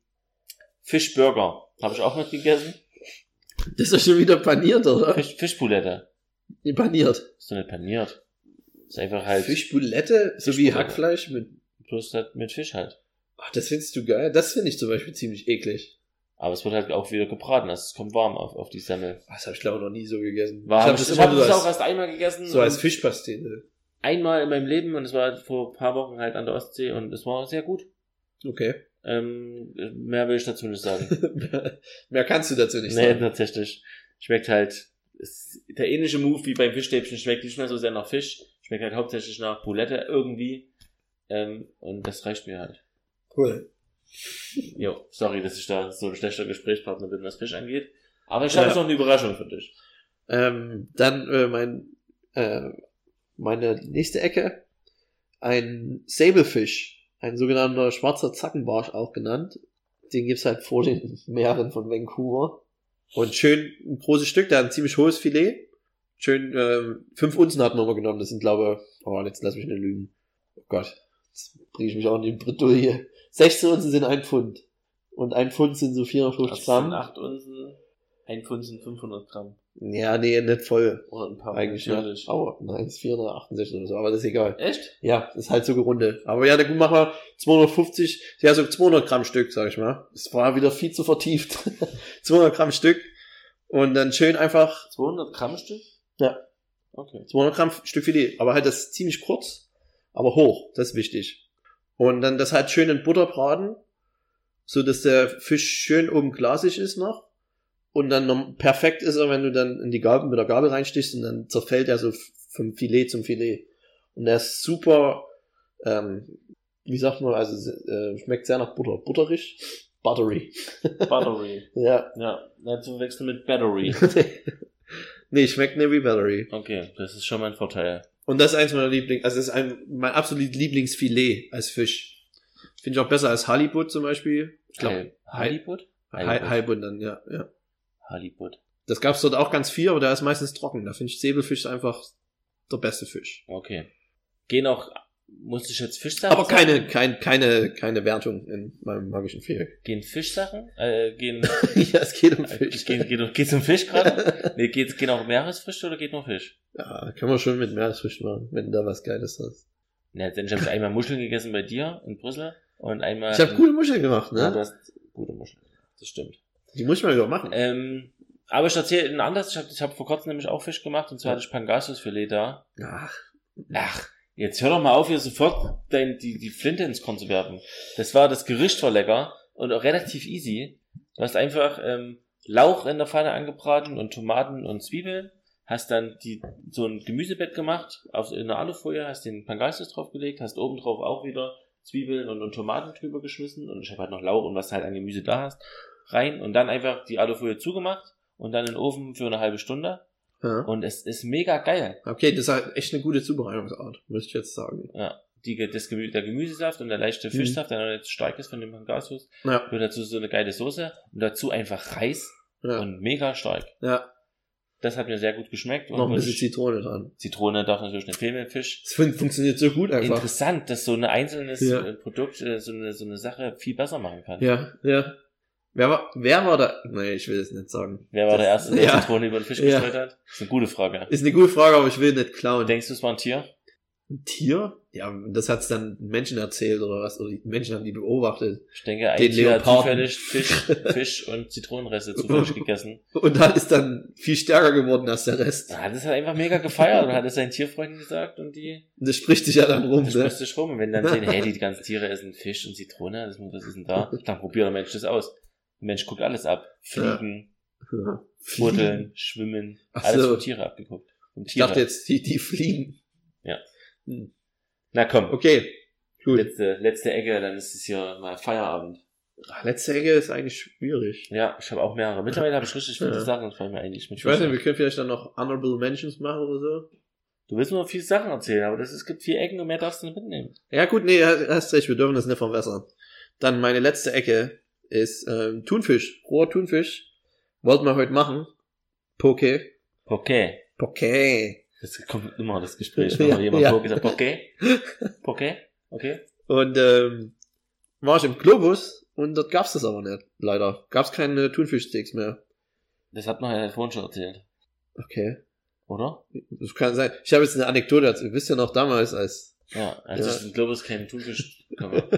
Speaker 2: Fischburger. Habe ich auch mitgegessen.
Speaker 11: Das ist doch schon wieder paniert, oder?
Speaker 2: Fisch, Fischboulette.
Speaker 11: Paniert.
Speaker 2: Ist doch nicht paniert. Ist einfach halt.
Speaker 11: Fischboulette, so wie
Speaker 2: Fischboulette.
Speaker 11: Hackfleisch mit.
Speaker 2: Plus halt mit Fisch halt.
Speaker 11: Ach, das findest du geil? Das finde ich zum Beispiel ziemlich eklig.
Speaker 2: Aber es wird halt auch wieder gebraten. Also es kommt warm auf, auf die Semmel.
Speaker 11: Das habe ich glaube ich noch nie so gegessen.
Speaker 2: War,
Speaker 11: ich habe das immer nur
Speaker 2: das auch
Speaker 11: als,
Speaker 2: erst einmal gegessen.
Speaker 11: so als
Speaker 2: und
Speaker 11: Fischpastete.
Speaker 2: einmal in meinem Leben und es war vor ein paar Wochen halt an der Ostsee und es war sehr gut.
Speaker 11: Okay.
Speaker 2: Ähm, mehr will ich dazu nicht sagen.
Speaker 11: Mehr kannst du dazu nicht
Speaker 2: nee,
Speaker 11: sagen.
Speaker 2: tatsächlich. Schmeckt halt. Ist der ähnliche Move wie beim Fischstäbchen schmeckt nicht mehr so sehr nach Fisch. Schmeckt halt hauptsächlich nach Boulette irgendwie. Ähm, und das reicht mir halt.
Speaker 11: Cool.
Speaker 2: Jo, sorry, dass ich da so ein schlechter Gesprächspartner bin, was Fisch angeht. Aber ich habe
Speaker 11: Ja.
Speaker 2: jetzt noch eine Überraschung für dich.
Speaker 11: Ähm, dann äh, mein, äh, meine nächste Ecke. Ein Sablefish. Ein sogenannter schwarzer Zackenbarsch auch genannt. Den gibt's halt vor den Meeren von Vancouver. Und schön ein großes Stück, da ein ziemlich hohes Filet. Schön, ähm, fünf Unzen hatten wir mal genommen. Das sind, glaube oh, jetzt lass mich nicht lügen. Oh Gott, jetzt bringe ich mich auch in die Bredouille. 16 Unzen sind ein Pfund. Und ein Pfund sind so 450 Gramm.
Speaker 2: 8 Unzen, 1 Pfund sind 500 Gramm.
Speaker 11: Ja, nee, nicht voll.
Speaker 2: Oder ein paar.
Speaker 11: Eigentlich ne?
Speaker 2: natürlich.
Speaker 11: nicht. Aber nein, es ist 468 oder so, aber das ist egal.
Speaker 2: Echt?
Speaker 11: Ja, ist halt so gerundet. Aber ja, dann machen wir 250, ja, so 200 Gramm Stück, sag ich mal. Es war wieder viel zu vertieft. 200 Gramm Stück. Und dann schön einfach
Speaker 2: 200 Gramm Stück?
Speaker 11: Ja.
Speaker 2: Okay.
Speaker 11: 200 Gramm Stück Filet. Aber halt das ziemlich kurz, aber hoch. Das ist wichtig. Und dann das halt schön in Butter braten, so dass der Fisch schön oben glasig ist noch. Und dann noch perfekt ist er, wenn du dann in die Gabel mit der Gabel reinstichst und dann zerfällt er so f- vom Filet zum Filet. Und er ist super äh, ähm, wie sagt man, also äh, schmeckt sehr nach Butter. Butterig? Buttery.
Speaker 2: Battery.
Speaker 11: Ja.
Speaker 2: Ja, nicht zu verwechseln mit Battery.
Speaker 11: nee, schmeckt nicht wie Battery.
Speaker 2: Okay, das ist schon mein Vorteil.
Speaker 11: Und das ist eins meiner Lieblings, also das ist ein, mein absolut Lieblingsfilet als Fisch. Finde ich auch besser als Halibut zum Beispiel. Ich glaube,
Speaker 2: Halibut?
Speaker 11: Halibut. Halibut dann, ja, ja.
Speaker 2: Halibut.
Speaker 11: Das gab's dort auch ganz viel, aber der ist meistens trocken. Da finde ich Säbelfisch einfach der beste Fisch.
Speaker 2: Okay. Gehen auch, musste ich jetzt Fischsachen
Speaker 11: Aber
Speaker 2: sagen?
Speaker 11: keine, kein, keine, keine Wertung in meinem magischen Fähig.
Speaker 2: Gehen Fischsachen? Äh, gehen,
Speaker 11: ja, es geht um
Speaker 2: Fisch.
Speaker 11: Fisch.
Speaker 2: Geht, geht, geht's um Fisch gerade? nee, geht's, gehen auch Meeresfrüchte oder geht nur Fisch?
Speaker 11: Ja, kann man schon mit Meeresfrüchten machen, wenn du da was Geiles hast.
Speaker 2: Ne, letztendlich habe ich einmal Muscheln gegessen bei dir in Brüssel und einmal.
Speaker 11: Ich habe coole Muscheln gemacht,
Speaker 2: Ja, du
Speaker 11: ne?
Speaker 2: hast gute Muscheln. Das stimmt.
Speaker 11: Die muss ich mal wieder machen.
Speaker 2: Ähm, aber ich erzähle einen anders. Ich habe ich hab vor kurzem nämlich auch Fisch gemacht und zwar hatte ich Pangasiusfilet da.
Speaker 11: Ach,
Speaker 2: Ach, jetzt hör doch mal auf, hier sofort dein, die, die Flinte ins Korn zu werfen. Das war, das Gericht war lecker und auch relativ easy. Du hast einfach ähm, Lauch in der Pfanne angebraten und Tomaten und Zwiebeln. Hast dann die, so ein Gemüsebett gemacht, auf, in einer Alufolie, hast den Pangasius draufgelegt, hast obendrauf auch wieder Zwiebeln und, und Tomaten drüber geschmissen und ich habe halt noch Lauch und was halt an Gemüse da hast, rein und dann einfach die Alufolie zugemacht und dann in den Ofen für eine halbe Stunde.
Speaker 11: ja.
Speaker 2: Und es ist mega geil.
Speaker 11: Okay, das ist halt echt eine gute Zubereitungsart, müsste ich jetzt sagen.
Speaker 2: Ja, die, Ge- das Gemü der Gemüsesaft und der
Speaker 11: Mhm.
Speaker 2: leichte Fischsaft, der noch nicht so stark ist von dem Pangasius,
Speaker 11: Ja,
Speaker 2: wird dazu so eine geile Soße und dazu einfach Reis
Speaker 11: ja,
Speaker 2: und mega stark.
Speaker 11: ja.
Speaker 2: Das hat mir sehr gut geschmeckt. Und
Speaker 11: noch ein bisschen
Speaker 2: Zitrone.
Speaker 11: Zitrone dran.
Speaker 2: Zitrone darf natürlich nicht fehlen im Fisch.
Speaker 11: Das fun funktioniert so gut einfach.
Speaker 2: Interessant, dass so ein einzelnes
Speaker 11: Ja.
Speaker 2: äh, Produkt äh, so, eine, so eine Sache viel besser machen kann.
Speaker 11: Ja, ja. Wer war, wer war da? Nee, ich will es nicht sagen.
Speaker 2: Wer war
Speaker 11: Das-
Speaker 2: der Erste, der
Speaker 11: ja.
Speaker 2: Zitrone über den Fisch
Speaker 11: Ja.
Speaker 2: gestreut hat? Das ist eine gute Frage.
Speaker 11: Ist eine gute Frage, aber ich will nicht klauen.
Speaker 2: Denkst du, es war ein Tier?
Speaker 11: Ein Tier? Ja, das hat's dann Menschen erzählt oder was? Oder die Menschen haben die beobachtet.
Speaker 2: Ich denke, ein
Speaker 11: Den
Speaker 2: Tier hat
Speaker 11: Leoparden.
Speaker 2: zufällig Fisch, Fisch und Zitronenreste zufällig gegessen.
Speaker 11: Und dann ist dann viel stärker geworden als der Rest.
Speaker 2: Er hat es halt einfach mega gefeiert und hat es seinen Tierfreunden gesagt und die
Speaker 11: Und das spricht sich ja dann rum,
Speaker 2: das
Speaker 11: ne?
Speaker 2: sprichst dich rum. Und wenn dann sehen, hey, die ganzen Tiere essen Fisch und Zitrone, das, was ist denn da? Dann probiert der Mensch das aus. Der Mensch guckt alles ab. Fliegen,
Speaker 11: Ja.
Speaker 2: buddeln, schwimmen,
Speaker 11: Ach
Speaker 2: alles
Speaker 11: so.
Speaker 2: von Tiere abgeguckt. Vom
Speaker 11: Ich
Speaker 2: Tiere.
Speaker 11: dachte jetzt, die, die fliegen.
Speaker 2: Na komm,
Speaker 11: Okay, gut.
Speaker 2: letzte, letzte Ecke, dann ist es hier mal Feierabend.
Speaker 11: Ach, Letzte Ecke ist eigentlich schwierig.
Speaker 2: Ja, ich habe auch mehrere. Mittlerweile habe ich richtig viele
Speaker 11: Ja.
Speaker 2: Sachen, das fallen mir eigentlich mit
Speaker 11: Ich weiß
Speaker 2: Fisch
Speaker 11: nicht, wir
Speaker 2: ein.
Speaker 11: können vielleicht dann noch Honorable Mentions machen oder so.
Speaker 2: Du willst mir noch viele Sachen erzählen, aber das, es gibt vier Ecken und mehr darfst du nicht mitnehmen.
Speaker 11: Ja gut, nee, hast hast recht, wir dürfen das nicht verwässern. Dann meine letzte Ecke ist ähm, Thunfisch, roher Thunfisch. Wollten wir heute machen. Poke.
Speaker 2: Okay.
Speaker 11: Poke.
Speaker 2: Das kommt immer das Gespräch,
Speaker 11: Ja,
Speaker 2: wenn jemand
Speaker 11: ja.
Speaker 2: ja. gesagt okay, okay, okay.
Speaker 11: Und ähm, war ich im Globus und dort gab's das aber nicht, leider. Gab's keine Thunfischsteaks mehr.
Speaker 2: Das hat man ja vorhin schon erzählt,
Speaker 11: Okay,
Speaker 2: oder?
Speaker 11: das kann sein. Ich habe jetzt eine Anekdote dazu. Wisst ihr noch damals als
Speaker 2: Ja, also
Speaker 11: Ja.
Speaker 2: ich glaube, es ist kein Thunfisch. Aber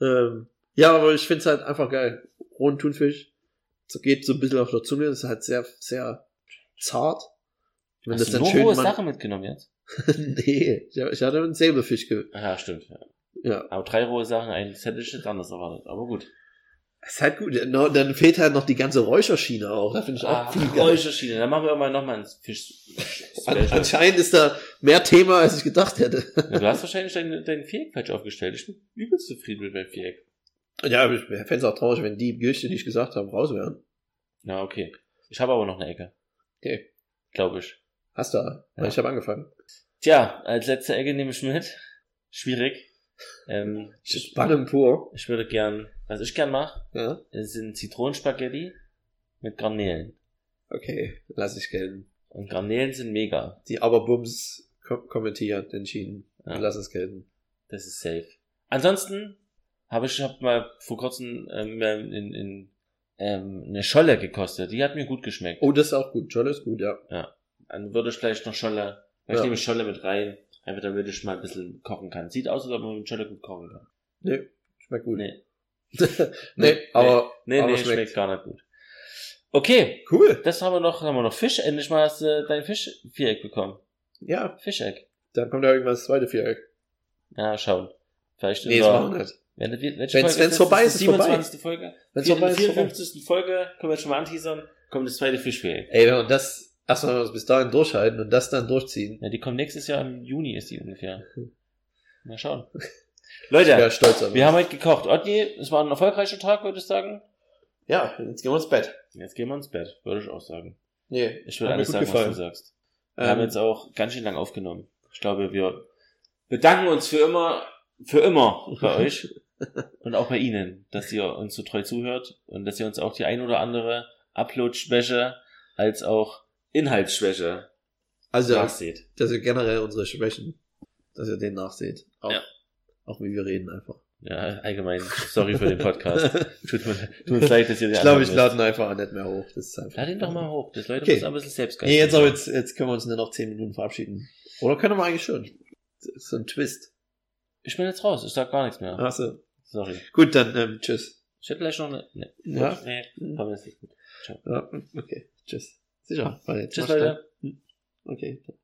Speaker 11: Ähm, ja, aber ich find's halt einfach geil. Rohen Thunfisch. So geht so ein bisschen auf der Zunge, ist halt sehr, sehr zart. Wenn das
Speaker 2: Hast du
Speaker 11: dann
Speaker 2: nur
Speaker 11: schön
Speaker 2: hohe
Speaker 11: man-
Speaker 2: Sachen mitgenommen jetzt?
Speaker 11: nee, ich, hab- ich hatte einen Säbelfisch ge
Speaker 2: Ah, Ja, stimmt. Ja.
Speaker 11: Ja.
Speaker 2: Aber drei rohe Sachen, ein das hätte ich jetzt anders erwartet. Aber gut.
Speaker 11: Ist halt gut. Na, und dann fehlt halt noch die ganze Räucherschiene auch. Da finde ich auch
Speaker 2: Ah,
Speaker 11: viel geil.
Speaker 2: Räucherschiene. Dann machen wir mal nochmal ein Fisch.
Speaker 11: An,
Speaker 2: Special.
Speaker 11: anscheinend ist da mehr Thema, als ich gedacht hätte.
Speaker 2: Na, du hast wahrscheinlich dein, dein Viereck falsch aufgestellt. Ich bin übelst zufrieden mit meinem Viereck.
Speaker 11: ja, aber ich fände es auch traurig, wenn die Gerüchte, die ich gesagt habe, raus wären.
Speaker 2: Na, okay. Ich habe aber noch eine Ecke.
Speaker 11: Okay.
Speaker 2: Glaube ich.
Speaker 11: Hast du? Ja.
Speaker 2: Ja.
Speaker 11: Ich habe angefangen.
Speaker 2: Tja, als letzte Ecke nehme ich mit. Schwierig. Ähm, ich,
Speaker 11: Spannend pur.
Speaker 2: ich würde gern, was ich gern mache,
Speaker 11: Ja.
Speaker 2: sind Zitronenspaghetti mit Garnelen.
Speaker 11: Okay, lass ich gelten.
Speaker 2: Und Garnelen sind mega.
Speaker 11: die Aberbums kom kommentiert, entschieden.
Speaker 2: Ja.
Speaker 11: Lass es gelten.
Speaker 2: Das ist safe. Ansonsten habe ich hab mal vor kurzem ähm, in, in, ähm, eine Scholle gekostet. Die hat mir gut geschmeckt.
Speaker 11: Oh, das ist auch gut. Scholle ist gut, ja.
Speaker 2: Dann würde ich vielleicht noch Scholle, ich
Speaker 11: Ja.
Speaker 2: nehme Scholle mit rein, einfach damit ich mal ein bisschen kochen kann. Sieht aus, als ob man mit Scholle gut kochen kann.
Speaker 11: Nee, schmeckt gut. Nee,
Speaker 2: Nee,
Speaker 11: nee aber
Speaker 2: nee,
Speaker 11: Aber
Speaker 2: nee
Speaker 11: schmeckt.
Speaker 2: schmeckt. gar nicht gut. Okay,
Speaker 11: cool.
Speaker 2: das haben wir noch, haben wir noch Fisch. Endlich mal hast du dein Fisch-Viereck bekommen.
Speaker 11: Ja,
Speaker 2: Fischeck.
Speaker 11: dann kommt da irgendwann das zweite Viereck.
Speaker 2: Ja, schauen. Vielleicht
Speaker 11: Nee, das machen wir nicht.
Speaker 2: Wenn, wenn,
Speaker 11: Wenn's- wenn's vorbei ist,
Speaker 2: die
Speaker 11: ist vorbei.
Speaker 2: 27. Folge.
Speaker 11: Wenn's
Speaker 2: Vier-
Speaker 11: vorbei ist, vorbei.
Speaker 2: 54. Folge, können wir jetzt schon mal anteasern, kommt das zweite Fischviereck.
Speaker 11: Ey, wenn wir das erstmal bis dahin durchhalten und das dann durchziehen.
Speaker 2: Ja, die kommen nächstes Jahr im Juni, ist die ungefähr. Mal schauen. Leute,
Speaker 11: Ich wäre stolz auf
Speaker 2: wir haben heute gekocht. Otni, es war ein erfolgreicher Tag, würde ich sagen.
Speaker 11: Ja, jetzt gehen wir ins Bett.
Speaker 2: Jetzt gehen wir ins Bett, würde ich auch sagen.
Speaker 11: Nee.
Speaker 2: Ich würde
Speaker 11: Hat mir
Speaker 2: alles
Speaker 11: gut
Speaker 2: sagen,
Speaker 11: gefallen.
Speaker 2: was du sagst. Wir haben
Speaker 11: Ähm,
Speaker 2: jetzt auch ganz schön lang aufgenommen. Ich glaube, wir bedanken uns für immer, für immer bei euch und auch bei Ihnen, dass ihr uns so treu zuhört und dass ihr uns auch die ein oder andere Upload-Schwäche als auch Inhaltsschwäche
Speaker 11: also,
Speaker 2: nachseht.
Speaker 11: dass ihr generell unsere Schwächen, dass ihr denen nachseht. Auch,
Speaker 2: Ja.
Speaker 11: auch wie wir reden einfach.
Speaker 2: Ja, allgemein, sorry für den Podcast. Tut, mir, tut uns leid, dass ihr den
Speaker 11: ich glaube, ich
Speaker 2: anhören
Speaker 11: lade ihn einfach auch nicht mehr hoch. Das ist einfach.
Speaker 2: müsst. Lad ihn doch mal hoch, das Leute
Speaker 11: Okay.
Speaker 2: müssen ein bisschen selbst
Speaker 11: Nee, jetzt aber jetzt, jetzt können wir uns nur noch 10 Minuten verabschieden. Oder können wir eigentlich schon? Das ist so ein Twist.
Speaker 2: Ich bin jetzt raus, ich sag gar nichts mehr.
Speaker 11: Achso.
Speaker 2: Sorry.
Speaker 11: Gut, dann ähm, tschüss.
Speaker 2: Ich hätte gleich noch eine. Ne,
Speaker 11: Ja. Mhm.
Speaker 2: Nee, komm, das ist nicht gut.
Speaker 11: ja. Okay, tschüss. Sicher. Weil jetzt
Speaker 2: Tschüss,
Speaker 11: machst du-
Speaker 2: Leute.
Speaker 11: Okay.
Speaker 1: Oh, Oh, Oh, Oh,